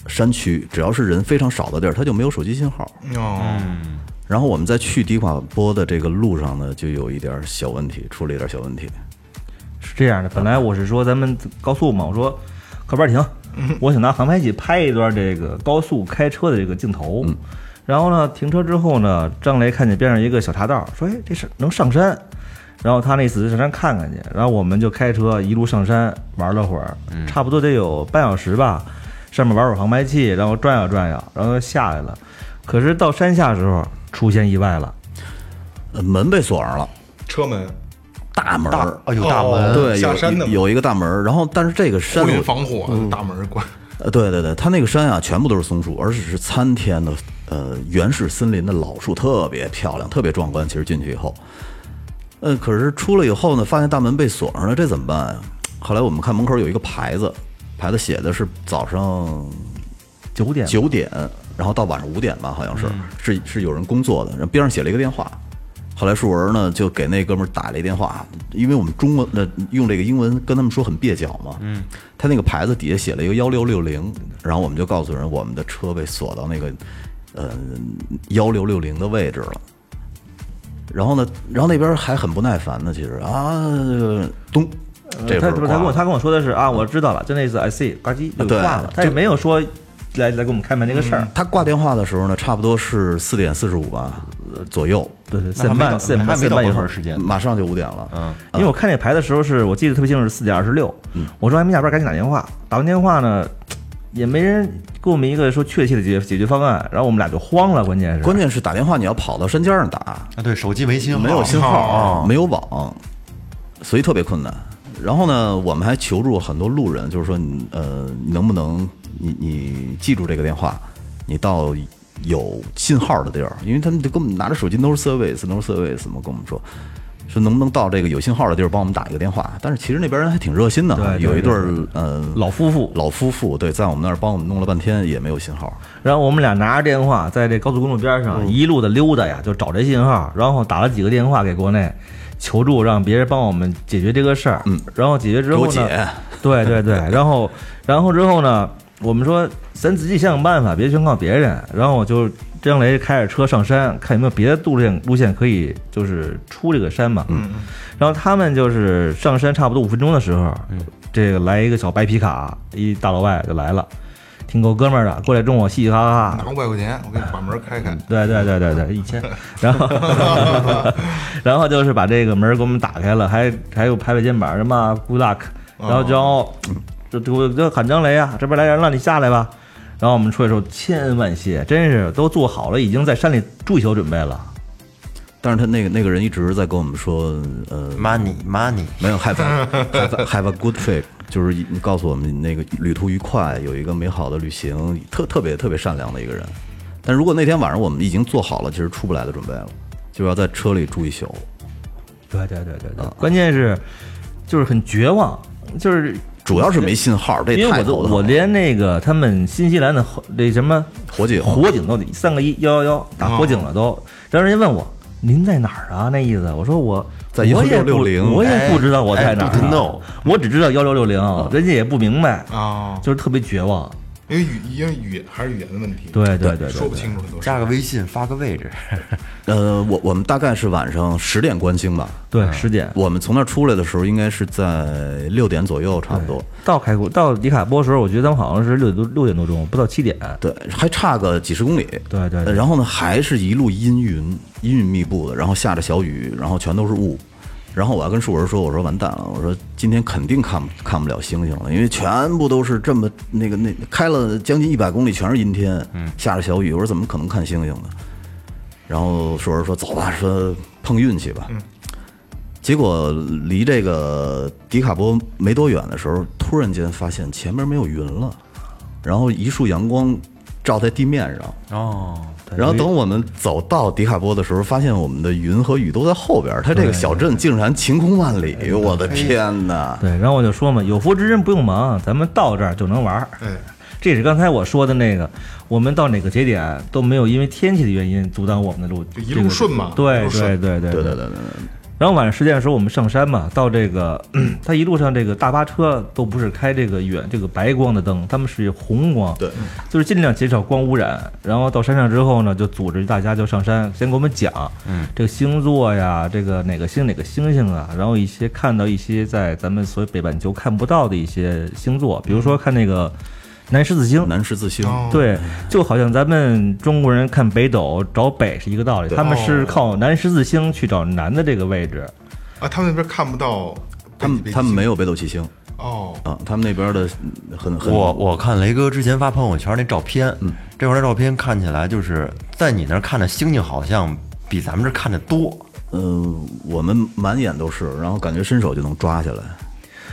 山区，只要是人非常少的地儿，它就没有手机信号。
哦，
然后我们在去迪卡波的这个路上呢，就有一点小问题，出了一点小问题。
是这样的，本来我是说咱们高速嘛，我说靠边停，我想拿航拍器拍一段这个高速开车的这个镜头。然后呢，停车之后呢，张雷看见边上一个小茶道，说：“哎，这是能上山。”然后他那意思就上山看看去。然后我们就开车一路上山玩了会儿，差不多得有半小时吧。上面玩会儿航拍器，然后转悠转悠，然后就下来了。可是到山下的时候出现意外了，
呃门被锁上了。
车门，哦
大门儿，哦
哎呦大门，
对，
下山的
有
门
一有一个大门儿，然后但是这个山嗯
屋，顶防火，大门关，
呃，对对对，它那个山啊，全部都是松树，而且是参天的，呃，原始森林的老树，特别漂亮，特别壮观。其实进去以后，呃，可是出来以后呢，发现大门被锁上了，这怎么办呀、啊后来我们看门口有一个牌子，牌子写的是早上
九点嗯
九点，然后到晚上五点吧，好像是、是是有人工作的，然后边上写了一个电话。后来树文呢就给那哥们儿打了一电话，因为我们中文那用这个英文跟他们说很蹩脚嘛，嗯，他那个牌子底下写了一个幺六六零，然后我们就告诉人我们的车被锁到那个呃幺六六零的位置了。然后呢，然后那边还很不耐烦呢，其实啊，咚，这会
呃他
儿
不是
挂
他跟我
了
他跟我说的是啊，我知道了，就那次 I see 呱唧就
对嗯
挂了，他也没有说来来给我们开门这个事儿。
他挂电话的时候呢，差不多是四点四十五吧呃左右，
对对，四
那还
点
没到
半，四点
还
半，
没
四点
到
半一
多
会
长
儿。
时间？
马上就五点了。嗯，
因为我看那哎牌的时候是我记得特别清楚，是四点二十六。我说还没下班，赶紧打电话。打完电话呢，也没人给我们一个说确切的解解决方案，然后我们俩就慌了，关键是
关键是打电话你要跑到山尖上打，
啊，对，手机没信号，
没有信
哦
号，没有网，所以特别困难。然后呢，我们还求助很多路人，就是说你，呃，你能不能你你记住这个电话，你到有信号的地儿，因为他们就跟我们拿着手机 no service no service 嘛，跟我们说。说能不能到这个有信号的地儿帮我们打一个电话？但是其实那边人还挺热心的哈，
对对
有一对儿呃
老夫妇
老夫妇对，在我们那儿帮我们弄了半天也没有信号。
然后我们俩拿着电话在这高速公路边
嗯
上一路的溜达呀，就找这信号，然后打了几个电话给国内求助，让别人帮我们解决这个事儿。嗯，然后解决之后
给我
呢
解，
对对 对，然后然后之后呢，我们说咱自己想想办法，别全靠别人。然后我就张雷开着车上山，看有没有别的路线路线可以就是出这个山嘛。嗯，然后他们就是上山差不多五分钟的时候，
嗯
这个来一个小白皮卡，一大老外就来了。挺够哥们儿的，过来中午嘻嘻哈
啊
哈，
拿五百块钱，我给你把门开开。
对对对对对，一千，然后 然后就是把这个门给我们打开了，还还有拍拍肩膀什么 good luck，然后然后就就就喊张雷啊，这边来人了，你下来吧。然后我们出来的时候，千恩万谢，真是都做好了，已经在山里住一宿准备了。
但是他那个那个人一直在跟我们说，呃，
money money，
没有 have a, have a, have a good trip，就是你告诉我们那个旅途愉快，有一个美好的旅行，特特别特别善良的一个人。但如果那天晚上我们已经做好了其实出不来的准备了，就要在车里住一宿。
对对对对对，关键是就是很绝望，就是
主要是没信号，这
因为
太
我都
头疼了
我连那个他们新西兰的火那什么
火警哦
火警都得三个一幺幺幺打火警了都，然后人家问我您在哪儿啊？那意思我说我
在
我也不
16660
我也不知道我在哪儿
哎哎，don't
啊、
know
我只知道幺六六零，
哦
人家也不明白，
嗯
哦，
就是特别绝望。
因为语因为语言还是语言的问题，
对对对
说
对
不清楚很多事
加个微信，发个位置，
呃，我我们大概是晚上十点关星吧。
嗯
对，十点
我们从那儿出来的时候，应该是在六点左右，差不多。
到开国到迪卡波的时候，我觉得咱们好像是六点多六点多钟，不到七点。
对，还差个几十公里。
对对对
呃然后呢，还是一路阴云，阴云密布的，然后下着小雨，然后全都是雾。然后我还跟树人说：“我说完蛋了，我说今天肯定看不看不了星星了，因为全部都是这么那个那开了将近一百公里，全是阴天，
嗯
下着小雨，我说怎么可能看星星呢？”然后树人说：“走吧，说碰运气
嗯
吧。”结果离这个迪卡波没多远的时候，突然间发现前面没有云了，然后一束阳光照在地面 上。
哦，
然后等我们走到迪卡波的时候，发现我们的云和雨都在后边，它这个小镇竟然晴空万里，我的天哪！
对，然后我就说嘛，有福之人不用忙，咱们到这儿就能玩儿。
对，
这是刚才我说的那个，我们到哪个节点都没有因为天气的原因阻挡我们的路，
就一路顺嘛一
对
路
对
顺
对对
对对
对。
对对，
然后晚上十点的时候我们上山嘛，到这个，它一路上这个大巴车都不是开这个远这个白光的灯，他们是红光，
对，
就是尽量减少光污染。然后到山上之后呢，就组织大家就上山，先给我们讲，嗯，这个星座呀，这个哪个星哪个星星啊，然后一些看到一些在咱们所谓北半球看不到的一些星座，比如说看那个南十字星，
南十字星，
哦
对，就好像咱们中国人看北斗找北是一个道理，他们是靠南十字星去找南的这个位置。
啊，他们那边看不到北极，
他们他们没有北斗七星
北极哦，
啊，他们那边的很很
我我看雷哥之前发朋友圈那照片，这块儿的照片看起来就是在你那儿看的星星好像比咱们这儿看的多，
嗯，我们满眼都是，然后感觉伸手就能抓下来。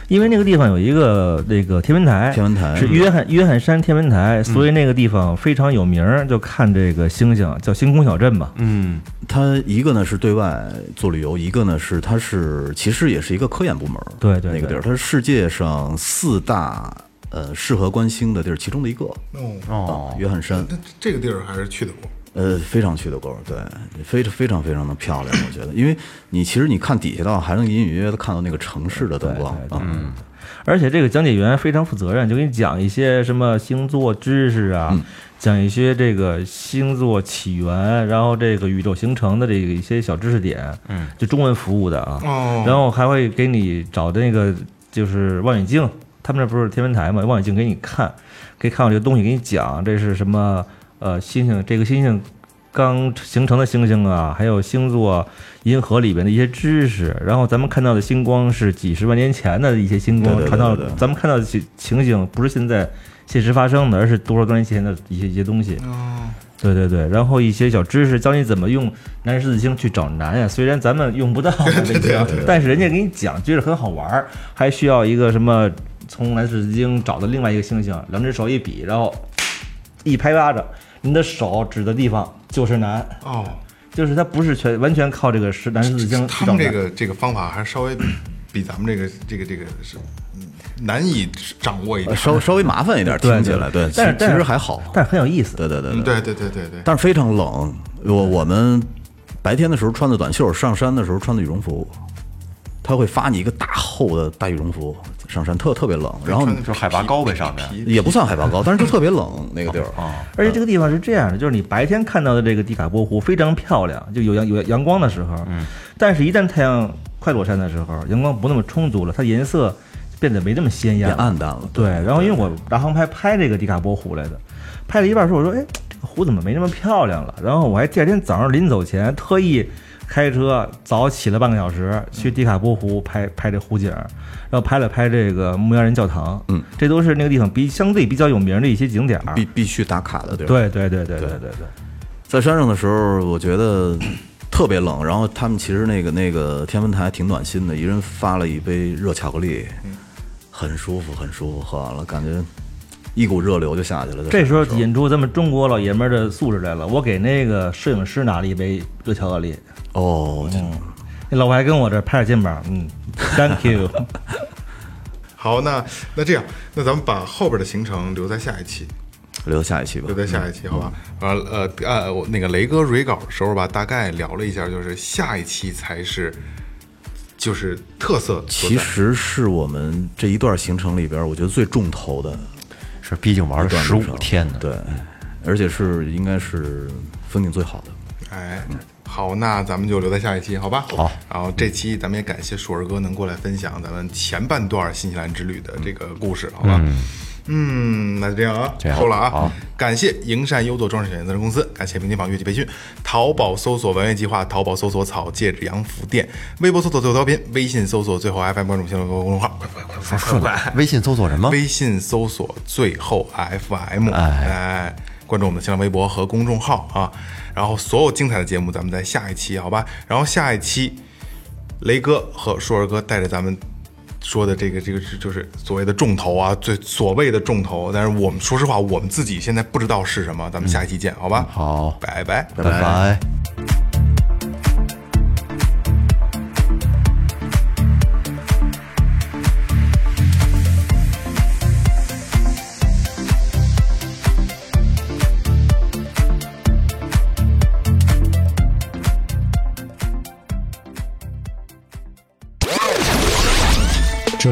因为那个地方有一个那个天文台，
天文台嗯
是约翰约翰山天文台，所以那个地方非常有名儿，就看这个星星，叫星空小镇嘛。
嗯，
它一个呢是对外做旅游，一个呢是它是其实也是一个科研部门儿，
对对对
那个地儿，它是世界上四大呃适合观星的地儿其中的一个。啊
哦，
哦，
约翰山，
那这个地儿还是去的过，
呃，非常去的够，对，非常非常非常的漂亮，我觉得，因为你其实你看底下的话还能隐隐约约的看到那个城市的灯光啊，嗯，
而且这个讲解员非常负责任，就给你讲一些什么星座知识啊，讲一些这个星座起源，然后这个宇宙形成的这个一些小知识点，嗯，就中文服务的啊，
哦
然后还会给你找那个就是望远镜，他们那不是天文台嘛，望远镜给你看，可以看到这个东西，给你讲这是什么呃星星，这个星星刚形成的星星啊，还有星座、银河里边的一些知识，然后咱们看到的星光是几十万年前的一些星光
对对对
传到
对对
咱们看到的情情形，不是现在现实发生的，而是多少多年前的一些一些东西。对对对，然后一些小知识，教你怎么用男人十字星去找男呀。虽然咱们用不到，对
对啊对啊
但是人家给你讲，觉得很好玩儿，还需要一个什么从男十字星找到另外一个星星，两只手一比，然后一拍巴掌，你的手指的地方就是男，
哦，
就是它不是全完全靠这个十男十字星去
他
找
们这
男。
个这个方法还是稍微比比咱们这个这个这个是嗯难以掌握一
呃
点。
稍稍微麻烦一点，
对
听起来对，其
但是
其
但
实
是
还好，
但是很有意思。
对对对
嗯，对对对对对，
但是非常冷。我我们白天的时候穿的短袖，上山的时候穿的羽绒服，他会发你一个大厚的大羽绒服上山，特特别冷。然后
穿的
就是海拔高呗，上面
皮
也不算海拔高，但是就特别冷那个地儿。
而且这个地方是这样的，就是你白天看到的这个迪卡波湖非常漂亮，就有阳有阳光的时候，嗯，但是一旦太阳快落山的时候，阳光不那么充足了，它颜色变得没那么鲜艳，
变暗淡了
对，然后因为我拿航拍拍这个迪卡波湖来的，拍了一半时候我说，哎，这个湖怎么没那么漂亮了？然后我还第二天早上临走前特意。开车早起了半个小时，去迪卡波湖拍拍这湖景儿，然后拍了拍这个牧羊人教堂，嗯，这都是那个地方比相对比较有名的一些景点儿。
必必须打卡的地儿。，
对对对对对对对，
在山上的时候，我觉得特别冷。然后他们其实那个那个天文台挺暖心的，一人发了一杯热巧克力，
嗯
很舒服，很舒服。喝完了，感觉一股热流就下去了。
这时候
在山上
引出咱们中国老爷们儿的素质来了。我给那个摄影师拿了一杯热巧克力，
哦，这
那老外跟我这拍着肩膀，嗯，Thank you。
好，那那这样，那咱们把后边的行程留在下一期，
留到下一期吧
留。在下一期，好吧？完了呃呃，我那个雷哥蕊稿的时候吧，大概聊了一下，就是下一期才是就是特色所在。
其实是我们这一段行程里边，我觉得最重头的
是毕竟玩了
一段
十
路程
五天呢。
对，而且是应该是风景最好的。
哎，好，那咱们就留在下一期，好吧？
好。
然后这期咱们也感谢硕儿哥能过来分享咱们前半段新西兰之旅的这个故事，好吧？嗯，那就这样啊，
样
够了啊
好！
感谢营山优作装饰有限责任公司，感谢明天坊乐器培训，淘宝搜索“文乐计划”，淘宝搜索“草戒指洋服店”，微博搜索“最后调频”，微信搜索“最后 FM” 关注新浪微博公众号。快快快快快快！
微信搜索什么？
微信搜索“最后 FM”，哎，关注我们的新浪微博和公众号啊。然后所有精彩的节目，咱们在下一期，好吧？然后下一期，雷哥和硕儿哥带着咱们说的这个这个是就是所谓的重头啊，最所谓的重头。但是我们说实话，我们自己现在不知道是什么，咱们下一期见，好吧？
嗯好
拜拜。
拜拜。
这